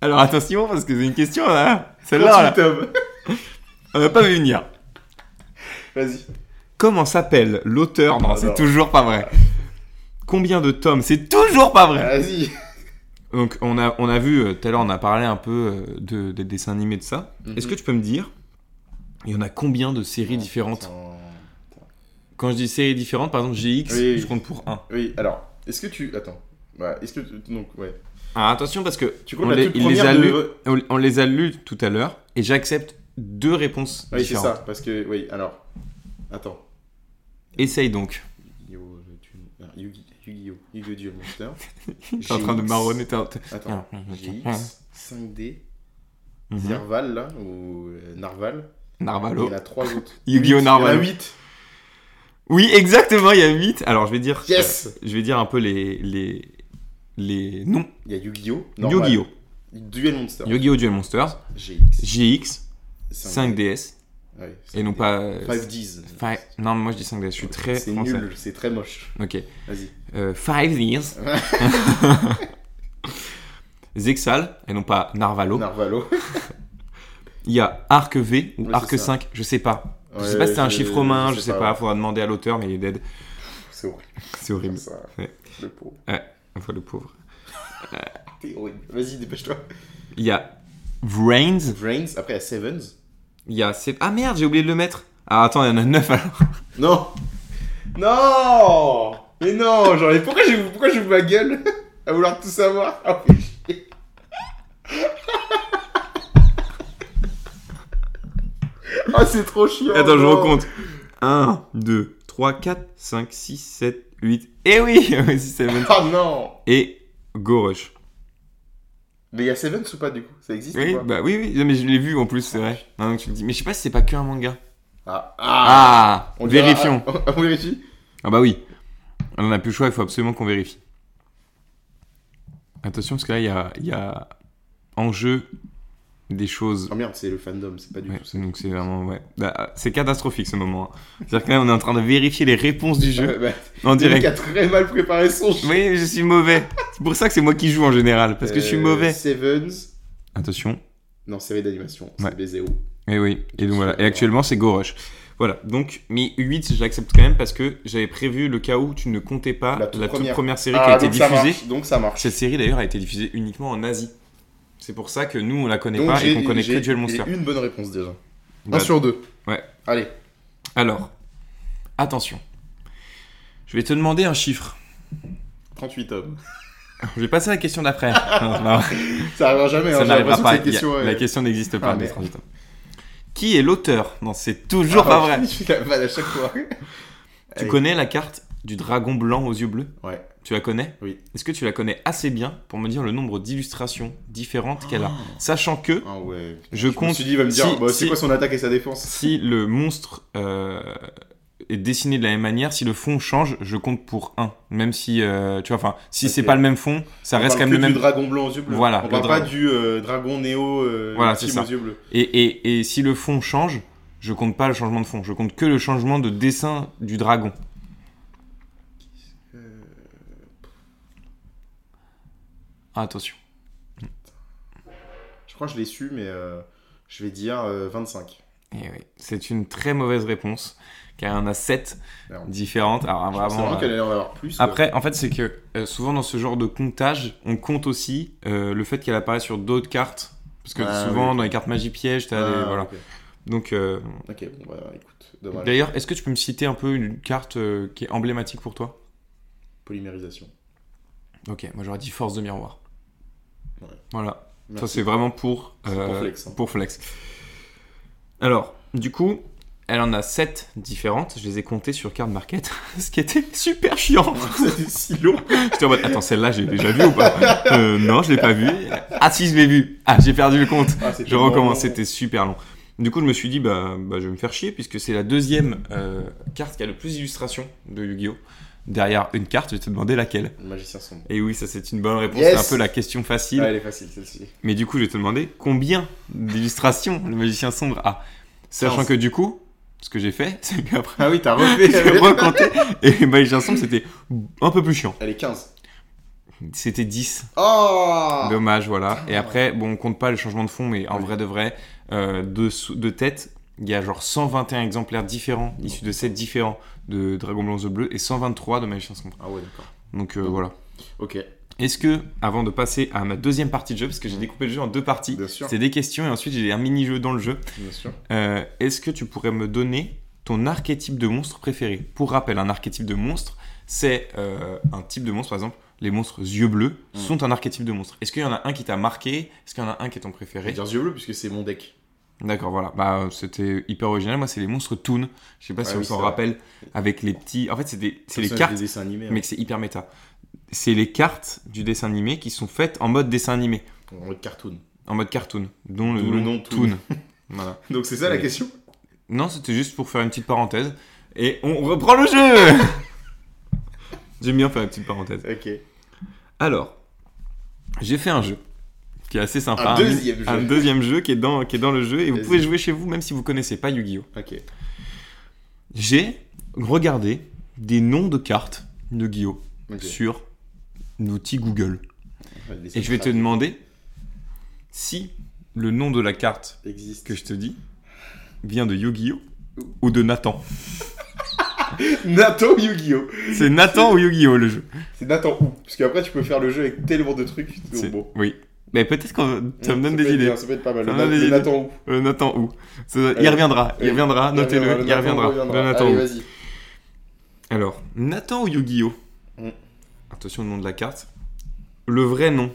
Speaker 3: Alors attention, parce que c'est une question là. Celle-là, là,
Speaker 4: 38 hommes.
Speaker 3: on va pas vu venir.
Speaker 4: Vas-y.
Speaker 3: Comment s'appelle l'auteur Non,
Speaker 4: Ah,
Speaker 3: c'est
Speaker 4: non.
Speaker 3: toujours pas vrai. Combien de tomes C'est toujours pas vrai.
Speaker 4: Vas-y.
Speaker 3: Donc on a, on a vu, euh, tout à l'heure on a parlé un peu euh, de, des dessins animés de ça.
Speaker 4: Mhm.
Speaker 3: Est-ce que tu peux me dire, il y en a combien de séries différentes
Speaker 4: Attends.
Speaker 3: Quand je dis séries différentes, par exemple GX,
Speaker 4: Oui, oui.
Speaker 3: je compte pour 1.
Speaker 4: Oui, alors, est-ce que tu. Attends. Ouais, est-ce que. tu- Donc, ouais.
Speaker 3: Ah, attention parce que
Speaker 4: Tu
Speaker 3: on
Speaker 4: comptes la
Speaker 3: les,
Speaker 4: toute
Speaker 3: il les
Speaker 4: première
Speaker 3: a
Speaker 4: de-
Speaker 3: lus- on, on les a lus tout à l'heure et j'accepte deux réponses
Speaker 4: Oui, c'est
Speaker 3: différentes.
Speaker 4: ça, parce que. Oui, alors. Attends.
Speaker 3: Essaye donc.
Speaker 4: Yu-Gi-Oh! le Duel- ah, Yu-Gi- Yu-Gi-Oh! Yu-Gi-Oh! Duel Monster.
Speaker 3: T'es en train de
Speaker 4: GX.
Speaker 3: marronner. t'es en- t'es-
Speaker 4: Attends.
Speaker 3: Ah, ok.
Speaker 4: GX, 5D,
Speaker 3: Mhm.
Speaker 4: Zerval, là, ou euh, Narval. Il y
Speaker 3: Narvalo.
Speaker 4: en a 3 autres.
Speaker 3: Yu-Gi-Oh!
Speaker 4: Huit,
Speaker 3: Narval.
Speaker 4: Il y en a 8.
Speaker 3: Oui, exactement, il y a 8. Alors, je vais dire.
Speaker 4: Yes
Speaker 3: euh, je vais dire un peu les. les... Les noms.
Speaker 4: Il y a Yu-Gi-Oh! Normal.
Speaker 3: Yu-Gi-Oh!
Speaker 4: Duel Monster.
Speaker 3: Yu-Gi-Oh! Duel Monsters,
Speaker 4: GX.
Speaker 3: GX,
Speaker 4: 5D.
Speaker 3: 5DS,
Speaker 4: Ouais,
Speaker 3: et non
Speaker 4: 5D.
Speaker 3: pas. euh,
Speaker 4: 5Ds.
Speaker 3: fi- Non, mais moi je dis 5DS, je suis très
Speaker 4: C'est
Speaker 3: français.
Speaker 4: nul, c'est très moche.
Speaker 3: Ok.
Speaker 4: Vas-y.
Speaker 3: Euh, 5DS. Zexal, et non pas Narvalo.
Speaker 4: Narvalo.
Speaker 3: Il y a Arc V ou
Speaker 4: Ouais,
Speaker 3: Arc
Speaker 4: c'est ça.
Speaker 3: 5, je sais pas. je sais
Speaker 4: Ouais,
Speaker 3: pas si c'est un chiffre romain, je sais pas,
Speaker 4: ouais.
Speaker 3: faudra demander à l'auteur, mais il est dead.
Speaker 4: C'est horrible.
Speaker 3: C'est horrible.
Speaker 4: Ça,
Speaker 3: Ouais.
Speaker 4: Le pauvre.
Speaker 3: Enfin, le pauvre.
Speaker 4: T'es horrible. Vas-y, dépêche-toi.
Speaker 3: Il y a Vrains.
Speaker 4: Vrains, après il y a Sevens.
Speaker 3: Il y a. sept- Ah merde, j'ai oublié de le mettre. Ah attends, il y en a 9 alors.
Speaker 4: Non Non Mais non Genre, mais pourquoi j'ouvre pourquoi j'ouvre ma gueule à vouloir tout savoir Ah, fais chier. Ah, c'est trop chiant
Speaker 3: Attends, je
Speaker 4: non.
Speaker 3: recompte. 1, 2, 3, 4, 5, 6, 7, 8. Eh oui Oui, c'est Seven.
Speaker 4: Ah non
Speaker 3: Et Go Rush.
Speaker 4: Mais il y a Sevens ou pas, du coup Ça existe
Speaker 3: Oui,
Speaker 4: ou pas
Speaker 3: bah oui, oui, non, mais je l'ai vu en plus, c'est vrai. Non, donc tu me dis, mais je sais pas si c'est pas que un manga.
Speaker 4: Ah,
Speaker 3: Ah,
Speaker 4: On dira-
Speaker 3: Vérifions.
Speaker 4: ah, on vérifie
Speaker 3: Ah bah oui. On en a plus le choix, il faut absolument qu'on vérifie. Attention, parce que là, il y a, il y a en jeu des choses.
Speaker 4: Oh merde, c'est le fandom, c'est pas du
Speaker 3: Ouais,
Speaker 4: tout ça.
Speaker 3: donc c'est vraiment, ouais. Bah, c'est catastrophique ce moment. hein. C'est-à-dire que là, on est en train de vérifier les réponses du jeu
Speaker 4: Ah, bah,
Speaker 3: en
Speaker 4: le mec
Speaker 3: direct.
Speaker 4: a très mal préparé son jeu.
Speaker 3: Oui, je suis mauvais. C'est pour ça que c'est moi qui joue en général, parce que je suis
Speaker 4: Euh,
Speaker 3: mauvais.
Speaker 4: Sevens.
Speaker 3: Attention.
Speaker 4: Non, série d'animation. C'est
Speaker 3: Ouais.
Speaker 4: BZO.
Speaker 3: Et Eh oui. Et donc voilà. Et actuellement, c'est Go Rush. Voilà. Donc, mais 8, je l'accepte quand même parce que j'avais prévu le cas où tu ne comptais pas la
Speaker 4: La
Speaker 3: toute,
Speaker 4: toute
Speaker 3: première. série qui
Speaker 4: Ah,
Speaker 3: a été
Speaker 4: donc ça
Speaker 3: diffusée.
Speaker 4: marche, Donc ça marche.
Speaker 3: Cette série d'ailleurs a été diffusée uniquement en Asie. C'est pour ça que nous, on la connaît
Speaker 4: Donc
Speaker 3: pas et
Speaker 4: j'ai-
Speaker 3: qu'on connaît que
Speaker 4: j'ai-
Speaker 3: Duel Monster.
Speaker 4: j'ai une bonne réponse déjà.
Speaker 3: Bah,
Speaker 4: Un sur deux.
Speaker 3: Ouais.
Speaker 4: Allez.
Speaker 3: Alors, attention. Je vais te demander un chiffre.
Speaker 4: 38 tomes.
Speaker 3: Je vais passer à la question d'après. Non, non,
Speaker 4: Ça arrivera jamais. hein,
Speaker 3: ça
Speaker 4: j'ai
Speaker 3: n'arrivera
Speaker 4: l'impression
Speaker 3: pas.
Speaker 4: que cette question,
Speaker 3: Il y a-
Speaker 4: euh,
Speaker 3: La question n'existe pas.
Speaker 4: Ah,
Speaker 3: mais
Speaker 4: merde. Ah,
Speaker 3: transitant. Qui est l'auteur Non, c'est toujours pas vrai.
Speaker 4: Je suis la vanne à chaque fois.
Speaker 3: Tu
Speaker 4: Allez.
Speaker 3: connais la carte du dragon blanc aux yeux bleus
Speaker 4: Ouais.
Speaker 3: Tu la connais
Speaker 4: Oui.
Speaker 3: Est-ce que tu la connais assez bien pour me dire le nombre d'illustrations différentes qu'elle a Sachant que
Speaker 4: Ah ouais.
Speaker 3: je
Speaker 4: Je me
Speaker 3: compte
Speaker 4: suis dit, il va me dire,
Speaker 3: Si,
Speaker 4: bah, c'est
Speaker 3: si.
Speaker 4: quoi son attaque et sa défense
Speaker 3: si le monstre euh, est dessiné de la même manière, si le fond change, je compte pour 1. Même si, euh, tu vois, enfin, si
Speaker 4: Ok.
Speaker 3: c'est pas le même fond, ça
Speaker 4: On
Speaker 3: reste quand
Speaker 4: parle
Speaker 3: même le
Speaker 4: que
Speaker 3: même.
Speaker 4: du dragon blanc aux yeux bleus.
Speaker 3: Voilà,
Speaker 4: On
Speaker 3: le
Speaker 4: parle pas
Speaker 3: dragon.
Speaker 4: du euh, dragon néo euh,
Speaker 3: Voilà,
Speaker 4: ultime
Speaker 3: c'est ça.
Speaker 4: aux yeux bleus.
Speaker 3: Et, et, et si le fond change, je compte pas le changement de fond, je compte que le changement de dessin du dragon. Ah, attention.
Speaker 4: Je crois que je l'ai su, mais euh, je vais dire euh, 25.
Speaker 3: Eh oui, c'est une très mauvaise réponse, car il y en a 7
Speaker 4: Merde.
Speaker 3: différentes. Alors,
Speaker 4: Bah, Je pensais
Speaker 3: vraiment,
Speaker 4: vraiment
Speaker 3: euh,
Speaker 4: qu'elle allait en avoir plus.
Speaker 3: Après, en fait, c'est que euh, souvent dans ce genre de comptage, on compte aussi euh, le fait qu'elle apparaît sur d'autres cartes. Parce que
Speaker 4: Ah,
Speaker 3: souvent,
Speaker 4: oui.
Speaker 3: dans les cartes magie piège, t'as
Speaker 4: Ah,
Speaker 3: des- Voilà.
Speaker 4: ok.
Speaker 3: Donc, euh,
Speaker 4: Ok, bon, bah écoute, dommage.
Speaker 3: d'ailleurs, est-ce que tu peux me citer un peu une carte euh, qui est emblématique pour toi
Speaker 4: Polymérisation.
Speaker 3: Ok, moi j'aurais dit force de miroir.
Speaker 4: Ouais.
Speaker 3: Voilà. Ça,
Speaker 4: Merci.
Speaker 3: c'est vraiment pour, euh,
Speaker 4: pour flex, hein.
Speaker 3: pour flex. Alors, du coup, elle en a 7 différentes. Je les ai comptées sur Card Market, ce qui était super chiant.
Speaker 4: C'était si lourd.
Speaker 3: J'étais en mode, attends, celle-là, j'ai déjà vu ou pas Euh, Non, je l'ai pas vue. Ah, si, je l'ai vue. Ah, j'ai perdu le compte.
Speaker 4: Ah, c'était
Speaker 3: Je recommence,
Speaker 4: vraiment-
Speaker 3: c'était super long. Du coup, je me suis dit, bah, bah, je vais me faire chier, puisque c'est la deuxième euh, carte qui a le plus d'illustrations de Yu-Gi-Oh! Derrière une carte, je vais te demander laquelle.
Speaker 4: Le magicien sombre.
Speaker 3: Et oui, ça c'est une bonne réponse,
Speaker 4: Yes
Speaker 3: c'est un peu la question facile.
Speaker 4: Ah, elle est facile celle-ci.
Speaker 3: Mais du coup, je vais te demander combien d'illustrations le magicien sombre a. Sachant
Speaker 4: Quinze.
Speaker 3: que du coup, ce que j'ai fait, c'est qu'après,
Speaker 4: Ah oui, t'as
Speaker 3: j'ai
Speaker 4: refait.
Speaker 3: reconté, et le magicien sombre, c'était un peu plus chiant.
Speaker 4: elle est 15.
Speaker 3: C'était 10.
Speaker 4: Oh
Speaker 3: Dommage, voilà. Et
Speaker 4: Ah.
Speaker 3: après, bon, on compte pas le changement de fond, mais en
Speaker 4: Oui.
Speaker 3: vrai de vrai, euh, de, sou- de tête, il y a genre 121 exemplaires différents, issus de 7 différents de Dragon Blanc The Bleu et 123 de Magicien Sombre.
Speaker 4: Ah ouais, d'accord.
Speaker 3: Donc euh, voilà.
Speaker 4: Ok.
Speaker 3: Est-ce que, avant de passer à ma deuxième partie de jeu, parce que j'ai découpé le jeu en deux parties,
Speaker 4: Mm. Bien sûr.
Speaker 3: c'est des questions et ensuite j'ai un mini-jeu dans le jeu,
Speaker 4: Bien sûr.
Speaker 3: euh, est-ce que tu pourrais me donner ton archétype de monstre préféré Pour rappel, un archétype de monstre, c'est euh, un type de monstre, par exemple, les monstres yeux bleus
Speaker 4: Mm.
Speaker 3: sont un archétype de monstre. Est-ce qu'il y en a un qui t'a marqué Est-ce qu'il y en a un qui est ton
Speaker 4: Je vais
Speaker 3: préféré
Speaker 4: dire yeux bleus puisque c'est mon deck.
Speaker 3: D'accord, voilà. Bah, euh, c'était hyper original. Moi, c'est les monstres Toon. Je sais pas si
Speaker 4: Ah
Speaker 3: on
Speaker 4: oui,
Speaker 3: s'en
Speaker 4: c'est vrai.
Speaker 3: rappelle. Avec les petits. En fait, c'est des- c'est
Speaker 4: Comme
Speaker 3: les
Speaker 4: ça,
Speaker 3: cartes,
Speaker 4: Des dessins animés. hein.
Speaker 3: mais que c'est hyper méta. C'est les cartes du dessin animé qui sont faites en mode dessin animé,
Speaker 4: hein. En mode cartoon.
Speaker 3: en mode cartoon, dont le
Speaker 4: D'où
Speaker 3: nom,
Speaker 4: le nom Toon.
Speaker 3: Toon. voilà.
Speaker 4: Donc c'est ça la
Speaker 3: Oui.
Speaker 4: question
Speaker 3: Non, c'était juste pour faire une petite parenthèse. Et on reprend le jeu J'aime bien faire une petite parenthèse.
Speaker 4: Ok.
Speaker 3: Alors, j'ai fait un jeu qui est assez sympa.
Speaker 4: Un deuxième
Speaker 3: un
Speaker 4: jeu.
Speaker 3: deuxième jeu qui est dans, qui est dans le jeu et vous
Speaker 4: Vas-y.
Speaker 3: pouvez jouer chez vous même si vous connaissez pas Yu-Gi-Oh!
Speaker 4: Ok.
Speaker 3: J'ai regardé des noms de cartes de Yu-Gi-Oh!
Speaker 4: Ok.
Speaker 3: sur l'outil Google.
Speaker 4: On va le laisser
Speaker 3: Et je vais te
Speaker 4: faire.
Speaker 3: demander si le nom de la carte
Speaker 4: Existe.
Speaker 3: que je te dis vient de Yu-Gi-Oh! ou de Nathan.
Speaker 4: Nathan ou Yu-Gi-Oh
Speaker 3: C'est Nathan ou Yu-Gi-Oh! le jeu.
Speaker 4: C'est Nathan ou Parce qu'après tu peux faire le jeu avec tellement de trucs. donc
Speaker 3: C'est-
Speaker 4: bon.
Speaker 3: Oui. Mais peut-être que ça me donne
Speaker 4: peut
Speaker 3: des
Speaker 4: être
Speaker 3: idées.
Speaker 4: bien, Ça peut être pas mal.
Speaker 3: Ça
Speaker 4: Le,
Speaker 3: me donne
Speaker 4: Na-
Speaker 3: des
Speaker 4: le
Speaker 3: idées.
Speaker 4: Nathan ou
Speaker 3: Le Nathan où Ça-
Speaker 4: Allez.
Speaker 3: Il reviendra, il
Speaker 4: Oui.
Speaker 3: reviendra, notez-le, il reviendra. Le Nathan
Speaker 4: Allez,
Speaker 3: Wu.
Speaker 4: vas-y.
Speaker 3: Alors, Nathan ou Yu-Gi-Oh
Speaker 4: Mm.
Speaker 3: Attention au nom de la carte. Le vrai nom.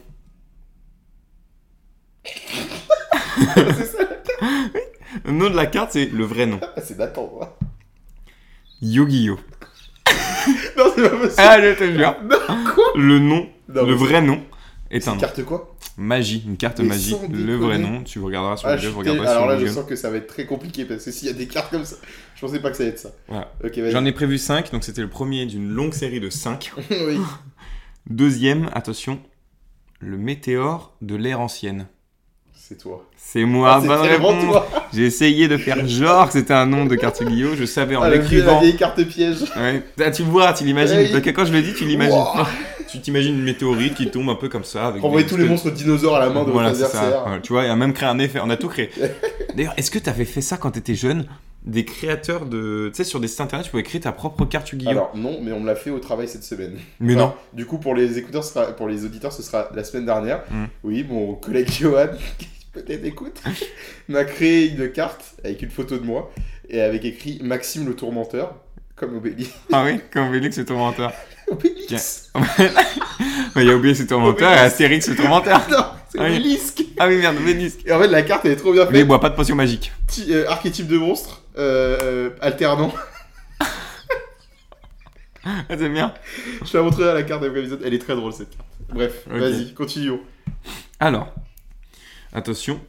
Speaker 4: C'est ça.
Speaker 3: Le nom de la carte, c'est le vrai nom.
Speaker 4: Ah, C'est Nathan. hein.
Speaker 3: Yu-Gi-Oh
Speaker 4: Non, c'est pas possible.
Speaker 3: Ah, je te jure
Speaker 4: Non, quoi
Speaker 3: Le nom, le
Speaker 4: Non, mais
Speaker 3: vrai nom est
Speaker 4: C'est
Speaker 3: un
Speaker 4: une
Speaker 3: nom.
Speaker 4: carte quoi
Speaker 3: Magie, une carte
Speaker 4: Mais
Speaker 3: magie.
Speaker 4: sans
Speaker 3: Le vrai
Speaker 4: déconner.
Speaker 3: nom, tu regarderas sur
Speaker 4: ah,
Speaker 3: le
Speaker 4: je
Speaker 3: jeu,
Speaker 4: suis
Speaker 3: je
Speaker 4: dé-
Speaker 3: regarderai
Speaker 4: Alors
Speaker 3: sur
Speaker 4: là,
Speaker 3: le
Speaker 4: je sens que ça va être très compliqué parce que s'il y a des cartes comme ça, je pensais pas que ça allait être ça.
Speaker 3: Voilà.
Speaker 4: Ok, vas-y.
Speaker 3: J'en ai prévu 5, donc c'était le premier d'une longue série de 5.
Speaker 4: oui.
Speaker 3: Deuxième, attention, le météore de l'ère ancienne.
Speaker 4: C'est toi.
Speaker 3: C'est moi,
Speaker 4: Ah, c'est
Speaker 3: bonne
Speaker 4: vraiment
Speaker 3: réponse.
Speaker 4: toi.
Speaker 3: J'ai essayé de faire genre que c'était un nom de carte Yu-Gi-Oh! Je savais en
Speaker 4: Ah, le vieux, la
Speaker 3: l'écrivant.
Speaker 4: vieille carte piège.
Speaker 3: Ouais. Ah, tu le vois, tu l'imagines.
Speaker 4: Ouais, il-
Speaker 3: Donc, quand je le dis, tu l'imagines.
Speaker 4: Wow.
Speaker 3: tu t'imagines une météorite qui tombe un peu comme ça. Avec
Speaker 4: Envoyer
Speaker 3: des
Speaker 4: tous les
Speaker 3: espèces-
Speaker 4: monstres dinosaures à la main de votre
Speaker 3: Voilà, c'est ça.
Speaker 4: adversaire.
Speaker 3: Voilà, tu vois, et a même créé un effet. On a tout créé. D'ailleurs, est-ce que t'avais fait ça quand t'étais jeune des créateurs de. Tu sais, sur des sites internet, tu pouvais créer ta propre carte Yu-Gi-Oh!
Speaker 4: Alors non, mais on me l'a fait au travail cette semaine.
Speaker 3: mais
Speaker 4: Enfin,
Speaker 3: non.
Speaker 4: Du coup, pour les écouteurs, ce sera- pour les auditeurs, ce sera la semaine dernière.
Speaker 3: Mm.
Speaker 4: Oui, mon collègue Johan, qui peut-être écoute, m'a créé une carte avec une photo de moi et avec écrit Maxime le tourmenteur, comme Obélix.
Speaker 3: Ah oui, comme Obélix le tourmenteur.
Speaker 4: Obélix.
Speaker 3: Bah, Il a oublié ce tourmenteur et
Speaker 4: Obélix.
Speaker 3: Astérix le tourmenteur.
Speaker 4: Non, c'est
Speaker 3: Ah oui.
Speaker 4: Obélix.
Speaker 3: Ah oui, merde, Obélix.
Speaker 4: Et en fait, la carte elle est trop bien
Speaker 3: Mais
Speaker 4: faite.
Speaker 3: il boit pas de potion magique.
Speaker 4: Petit, euh, archétype de monstre, euh, euh, alternant.
Speaker 3: Ah, T'aimes bien
Speaker 4: Je te la montrerai la carte après l'épisode. Elle est très drôle cette carte. Bref,
Speaker 3: Ok.
Speaker 4: vas-y, continuons.
Speaker 3: Alors, attention,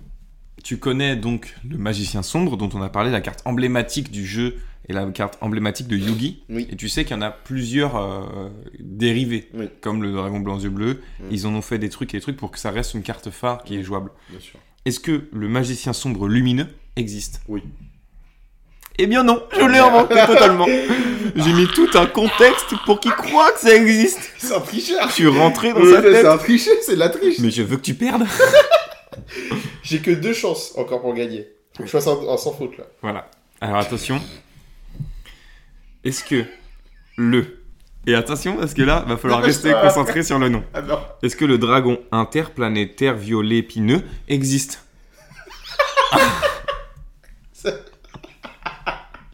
Speaker 3: tu connais donc le magicien sombre dont on a parlé, la carte emblématique du jeu et la carte emblématique de Yugi.
Speaker 4: Oui.
Speaker 3: Et tu sais qu'il y en a plusieurs euh, dérivés,
Speaker 4: Oui.
Speaker 3: comme le dragon blanc yeux bleus.
Speaker 4: Mm.
Speaker 3: Ils en ont fait des trucs et des trucs pour que ça reste une carte phare qui est jouable.
Speaker 4: Bien sûr.
Speaker 3: Est-ce que le magicien sombre lumineux existe
Speaker 4: Oui.
Speaker 3: Eh bien non, je l'ai inventé totalement. J'ai mis tout un contexte pour qu'il croit que ça existe.
Speaker 4: C'est un tricheur.
Speaker 3: Je suis rentré dans
Speaker 4: Oui,
Speaker 3: sa
Speaker 4: C'est
Speaker 3: tête.
Speaker 4: un tricheur, c'est de la triche.
Speaker 3: Mais je veux que tu perdes.
Speaker 4: J'ai que deux chances encore pour gagner. Faut que je fasse un, un sans faute là.
Speaker 3: Voilà. Alors attention. Est-ce que le et attention parce que là va falloir rester
Speaker 4: Dépêche-toi.
Speaker 3: concentré sur le nom.
Speaker 4: Ah non.
Speaker 3: Est-ce que le dragon interplanétaire violet épineux existe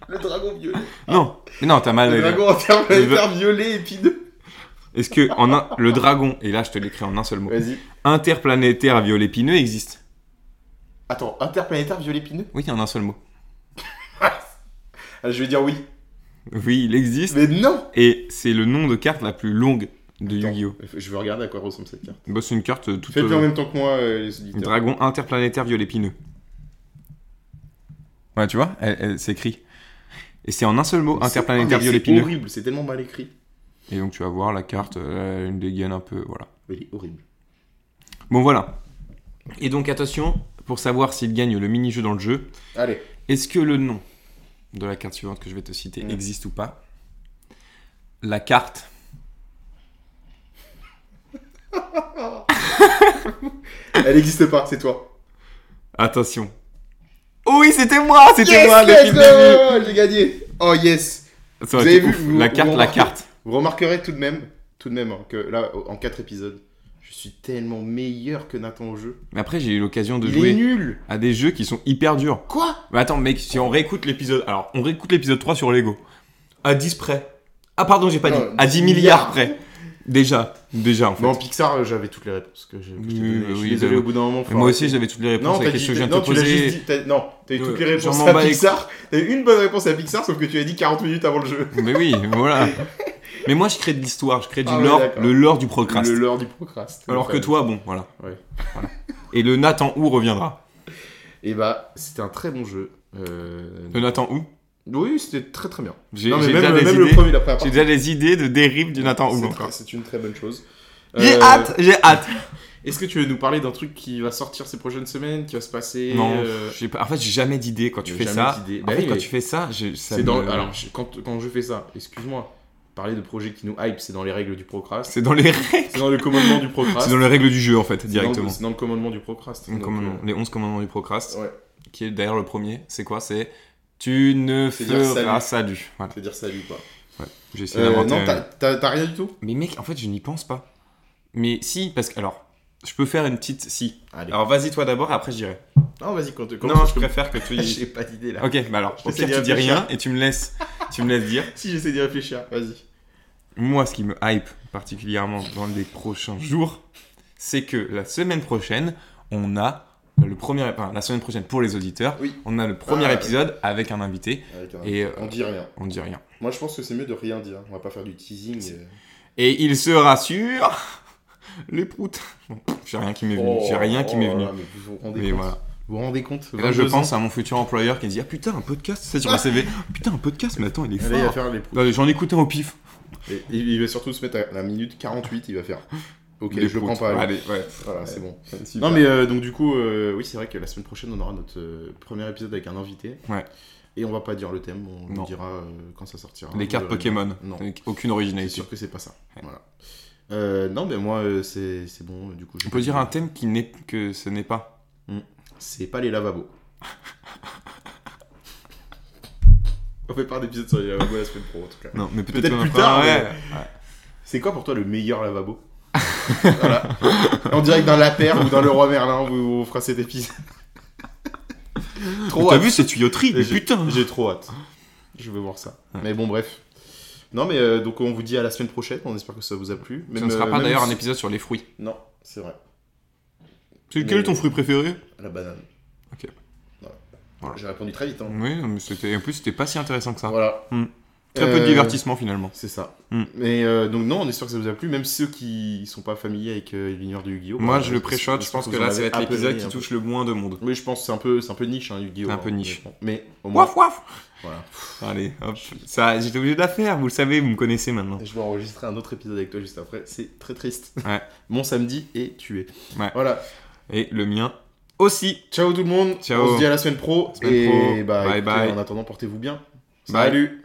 Speaker 4: Le dragon violet.
Speaker 3: Non, mais non, t'as mal.
Speaker 4: Ah, le dragon en termes
Speaker 3: Le-
Speaker 4: d'inter violet épineux.
Speaker 3: Est-ce que en un... le dragon et là je te l'écris en un seul mot.
Speaker 4: Vas-y.
Speaker 3: Interplanétaire violet épineux existe.
Speaker 4: Attends, interplanétaire violet épineux
Speaker 3: Oui, en un seul mot.
Speaker 4: Ah, Je vais dire oui.
Speaker 3: Oui, il existe
Speaker 4: Mais non
Speaker 3: et c'est le nom de carte la plus longue de
Speaker 4: Attends,
Speaker 3: Yu-Gi-Oh.
Speaker 4: Je vais regarder à quoi ressemble cette carte.
Speaker 3: Bah, c'est une carte euh, toute.
Speaker 4: Faites-le
Speaker 3: euh,
Speaker 4: en même temps que moi, euh, les auditeurs.
Speaker 3: Dragon interplanétaire violet épineux. Ouais, tu vois, elle, elle s'écrit. Et c'est en un seul mot,
Speaker 4: Mais c'est-
Speaker 3: interplanétaire
Speaker 4: ah, mais
Speaker 3: violet
Speaker 4: C'est
Speaker 3: épineux.
Speaker 4: horrible, c'est tellement mal écrit.
Speaker 3: Et donc tu vas voir la carte, euh, une dégaine un peu, voilà.
Speaker 4: Mais il est horrible.
Speaker 3: Bon, voilà. Et donc attention, pour savoir s'il gagne le mini-jeu dans le jeu,
Speaker 4: Allez.
Speaker 3: est-ce que le nom de la carte suivante que je vais te citer
Speaker 4: Mm.
Speaker 3: existe ou pas La carte.
Speaker 4: Elle n'existe pas, c'est toi.
Speaker 3: Attention. Oh oui, c'était moi, c'était moi
Speaker 4: let's
Speaker 3: depuis le
Speaker 4: go J'ai gagné Oh yes
Speaker 3: début. Ça aurait
Speaker 4: Vous
Speaker 3: été
Speaker 4: avez
Speaker 3: ouf.
Speaker 4: vu, vous-
Speaker 3: la carte,
Speaker 4: vous-
Speaker 3: la carte.
Speaker 4: Vous remarquerez tout de même, tout de même, hein, que là, en 4 épisodes, je suis tellement meilleur que Nathan au jeu.
Speaker 3: Mais après, j'ai eu l'occasion de
Speaker 4: il est
Speaker 3: jouer
Speaker 4: nul
Speaker 3: à des jeux qui sont hyper durs.
Speaker 4: Quoi
Speaker 3: Mais attends, mec, si on réécoute l'épisode. Alors, on réécoute l'épisode 3 sur Lego. À 10 près. Ah, pardon, j'ai pas
Speaker 4: Non,
Speaker 3: dit. À 10
Speaker 4: 10
Speaker 3: milliards
Speaker 4: milliards.
Speaker 3: près. Déjà. Déjà, en fait.
Speaker 4: Non, Pixar, euh, j'avais toutes les réponses que j'ai. que je
Speaker 3: Oui,
Speaker 4: t'ai données.
Speaker 3: oui,
Speaker 4: je suis
Speaker 3: oui,
Speaker 4: désolé,
Speaker 3: bah,
Speaker 4: au bout d'un moment. faut
Speaker 3: Et moi aussi,
Speaker 4: arrêter.
Speaker 3: j'avais toutes les réponses
Speaker 4: non,
Speaker 3: avec
Speaker 4: t'as
Speaker 3: les
Speaker 4: dit-
Speaker 3: questions que je viens de Euh,
Speaker 4: non,
Speaker 3: te
Speaker 4: tu l'as juste
Speaker 3: poser.
Speaker 4: dit. t'as- Non, t'as eu
Speaker 3: Ouais,
Speaker 4: toutes les
Speaker 3: j'en
Speaker 4: réponses
Speaker 3: m'en bats
Speaker 4: à
Speaker 3: les
Speaker 4: Pixar. T'as eu une bonne réponse à Pixar, sauf que tu as dit 40 minutes avant le jeu.
Speaker 3: Mais oui, voilà. Mais moi, je crée de l'histoire, je crée du
Speaker 4: Ah ouais,
Speaker 3: lore,
Speaker 4: d'accord.
Speaker 3: le lore du procrast.
Speaker 4: Le leurre du procrast.
Speaker 3: Alors que toi, bon, voilà.
Speaker 4: Ouais.
Speaker 3: Voilà. Et le Nathan Où reviendra
Speaker 4: Et bah, c'était un très bon jeu. Euh,
Speaker 3: Le Nathan Où
Speaker 4: Oui, c'était très très bien.
Speaker 3: J'ai
Speaker 4: Non, mais
Speaker 3: j'ai
Speaker 4: même,
Speaker 3: déjà,
Speaker 4: même
Speaker 3: des
Speaker 4: le
Speaker 3: idées.
Speaker 4: premier, la première
Speaker 3: J'ai
Speaker 4: partie.
Speaker 3: déjà des idées de dérive du Nathan Où
Speaker 4: C'est
Speaker 3: encore.
Speaker 4: très- C'est une très bonne chose.
Speaker 3: J'ai
Speaker 4: Euh,
Speaker 3: hâte, j'ai hâte.
Speaker 4: Est-ce que tu veux nous parler d'un truc qui va sortir ces prochaines semaines, qui va se passer
Speaker 3: Non,
Speaker 4: euh,
Speaker 3: j'ai pas- en fait, j'ai jamais d'idées quand tu
Speaker 4: j'ai
Speaker 3: fais
Speaker 4: jamais
Speaker 3: ça.
Speaker 4: d'idées.
Speaker 3: En
Speaker 4: Bah
Speaker 3: fait,
Speaker 4: oui,
Speaker 3: quand
Speaker 4: mais
Speaker 3: tu fais ça, je- ça
Speaker 4: C'est dans.
Speaker 3: me-
Speaker 4: Alors, je- quand, quand je fais ça, excuse-moi, parler de projets qui nous hype, c'est dans les règles du procrast.
Speaker 3: c'est dans les règles.
Speaker 4: C'est dans le commandement du procrast.
Speaker 3: C'est dans les règles du jeu en fait,
Speaker 4: C'est dans-
Speaker 3: directement.
Speaker 4: C'est dans le commandement du procrast.
Speaker 3: Les
Speaker 4: Donc, euh,
Speaker 3: commandements- les 11 commandements du procrast,
Speaker 4: Ouais.
Speaker 3: qui est d'ailleurs le premier, c'est quoi C'est tu ne
Speaker 4: C'est dire
Speaker 3: feras salut. Voilà.
Speaker 4: euh, C'est dire salut, quoi.
Speaker 3: J'ai essayé
Speaker 4: Euh,
Speaker 3: d'inventer
Speaker 4: non,
Speaker 3: un-
Speaker 4: t'as- t'as t'as rien du tout
Speaker 3: Mais mec, en fait, je n'y pense pas. Mais si, parce que alors, je peux faire une petite si.
Speaker 4: Allez.
Speaker 3: Alors vas-y toi d'abord, et après j'irai.
Speaker 4: Non, vas-y, quand tu
Speaker 3: Ah. Non, je préfère que tu.
Speaker 4: J'ai pas d'idée là.
Speaker 3: ok, bah alors,
Speaker 4: Je
Speaker 3: au
Speaker 4: t'essaie
Speaker 3: pire
Speaker 4: d'y
Speaker 3: tu dis
Speaker 4: réfléchir.
Speaker 3: rien et tu me laisses, tu me laisses dire.
Speaker 4: Si j'essaie d'y réfléchir, vas-y.
Speaker 3: Moi, ce qui me hype particulièrement dans les prochains jours, c'est que la semaine prochaine, on a le premier, enfin la semaine prochaine pour les auditeurs,
Speaker 4: Oui.
Speaker 3: on a le premier
Speaker 4: Ah.
Speaker 3: épisode avec un invité
Speaker 4: Avec un-
Speaker 3: et euh,
Speaker 4: On dit rien.
Speaker 3: on dit rien.
Speaker 4: Moi, je pense que c'est mieux de rien dire. On va pas faire du teasing. euh.
Speaker 3: Et il se rassure, les proutes. Bon, pff, J'ai rien qui m'est venu, j'ai rien qui
Speaker 4: oh
Speaker 3: m'est
Speaker 4: là
Speaker 3: venu.
Speaker 4: là, mais vous vous rendez
Speaker 3: Mais
Speaker 4: compte
Speaker 3: voilà.
Speaker 4: Vous vous rendez compte
Speaker 3: Et là, je
Speaker 4: 22
Speaker 3: pense à mon futur employeur qui dit ah putain un podcast, c'est sur le CV. Putain un podcast, mais attends il est
Speaker 4: Allez, il va
Speaker 3: fort.
Speaker 4: faire les proutes.
Speaker 3: Attendez, J'en écoutais au pif.
Speaker 4: Et Il il va surtout se mettre à la minute 48, il va faire. Ok,
Speaker 3: Les
Speaker 4: je le
Speaker 3: proutes.
Speaker 4: prends pas. allez.
Speaker 3: Allez, ouais.
Speaker 4: Voilà, c'est bon.
Speaker 3: Super.
Speaker 4: Non, mais euh, donc du coup, euh, oui, c'est vrai que la semaine prochaine, on aura notre euh, premier épisode avec un invité.
Speaker 3: Ouais.
Speaker 4: Et on va pas dire le thème, on
Speaker 3: Non.
Speaker 4: le dira euh, quand ça sortira.
Speaker 3: les cartes
Speaker 4: Euh,
Speaker 3: Pokémon,
Speaker 4: Non,
Speaker 3: avec aucune
Speaker 4: c'est
Speaker 3: originalité.
Speaker 4: sûr que c'est pas ça.
Speaker 3: Ouais.
Speaker 4: Voilà. Euh, non, mais moi, euh, c'est c'est bon. euh, Du coup, j'ai
Speaker 3: On
Speaker 4: pas
Speaker 3: peut dire
Speaker 4: de-
Speaker 3: un thème qui n'est que ce n'est pas.
Speaker 4: C'est pas les lavabos. On fait pas d'épisode sur les lavabos la semaine pro en tout cas.
Speaker 3: Non, mais peut-être
Speaker 4: Peut-être
Speaker 3: qu'on en
Speaker 4: plus
Speaker 3: fera un,
Speaker 4: tard, mais-
Speaker 3: ouais. Ouais.
Speaker 4: C'est quoi pour toi le meilleur lavabo Voilà. En direct dans la paire ou dans le roi Merlin, vous, on fera cet épisode.
Speaker 3: Mais
Speaker 4: Trop
Speaker 3: T'as
Speaker 4: hâte.
Speaker 3: vu ces tuyauteries mais
Speaker 4: J'ai-
Speaker 3: Putain
Speaker 4: J'ai trop hâte. Je veux voir ça.
Speaker 3: Ouais.
Speaker 4: Mais bon, bref. Non, mais euh, donc on vous dit à la semaine prochaine. On espère que ça vous a plu.
Speaker 3: Ce
Speaker 4: Même,
Speaker 3: ne sera
Speaker 4: euh,
Speaker 3: pas
Speaker 4: même
Speaker 3: d'ailleurs un
Speaker 4: si-
Speaker 3: épisode sur les fruits.
Speaker 4: Non, c'est vrai.
Speaker 3: C'est
Speaker 4: Mais-
Speaker 3: quel est ton fruit préféré
Speaker 4: La banane.
Speaker 3: Ok.
Speaker 4: Voilà.
Speaker 3: Voilà. Mm.
Speaker 4: J'ai répondu très vite. hein.
Speaker 3: Oui, mais c'était... en plus c'était pas si intéressant que ça.
Speaker 4: Voilà.
Speaker 3: Mm. Très peu de
Speaker 4: Euh,
Speaker 3: divertissement finalement.
Speaker 4: C'est ça.
Speaker 3: Mm.
Speaker 4: Mais euh, donc, non, on espère que ça vous a plu, même ceux qui sont pas familiers avec euh, l'univers du Yu-Gi-Oh!
Speaker 3: Moi
Speaker 4: Bah,
Speaker 3: je le préchote,
Speaker 4: j'espère
Speaker 3: je pense que
Speaker 4: vous en
Speaker 3: là ça va
Speaker 4: avez
Speaker 3: être l'épisode
Speaker 4: appris
Speaker 3: qui
Speaker 4: un peu.
Speaker 3: touche le moins de monde.
Speaker 4: Oui, je pense que c'est un peu, c'est un peu niche, hein, Yu-Gi-Oh!
Speaker 3: C'est un
Speaker 4: hein,
Speaker 3: peu niche.
Speaker 4: honnêtement. Mais au moins.
Speaker 3: Waf waf
Speaker 4: Voilà.
Speaker 3: Allez, hop. Ça, j'étais obligé de la faire, vous le savez, vous me connaissez maintenant.
Speaker 4: Je vais enregistrer un autre épisode avec toi juste après. C'est très triste.
Speaker 3: Ouais.
Speaker 4: Mon samedi est tué.
Speaker 3: Ouais.
Speaker 4: Voilà.
Speaker 3: Et le mien aussi.
Speaker 4: Ciao tout le monde.
Speaker 3: Ciao.
Speaker 4: On se dit à la semaine pro.
Speaker 3: Semaine
Speaker 4: et
Speaker 3: pro.
Speaker 4: Bah,
Speaker 3: Bye
Speaker 4: écoutez,
Speaker 3: bye.
Speaker 4: en attendant, portez-vous bien.
Speaker 3: Bye.
Speaker 4: Salut.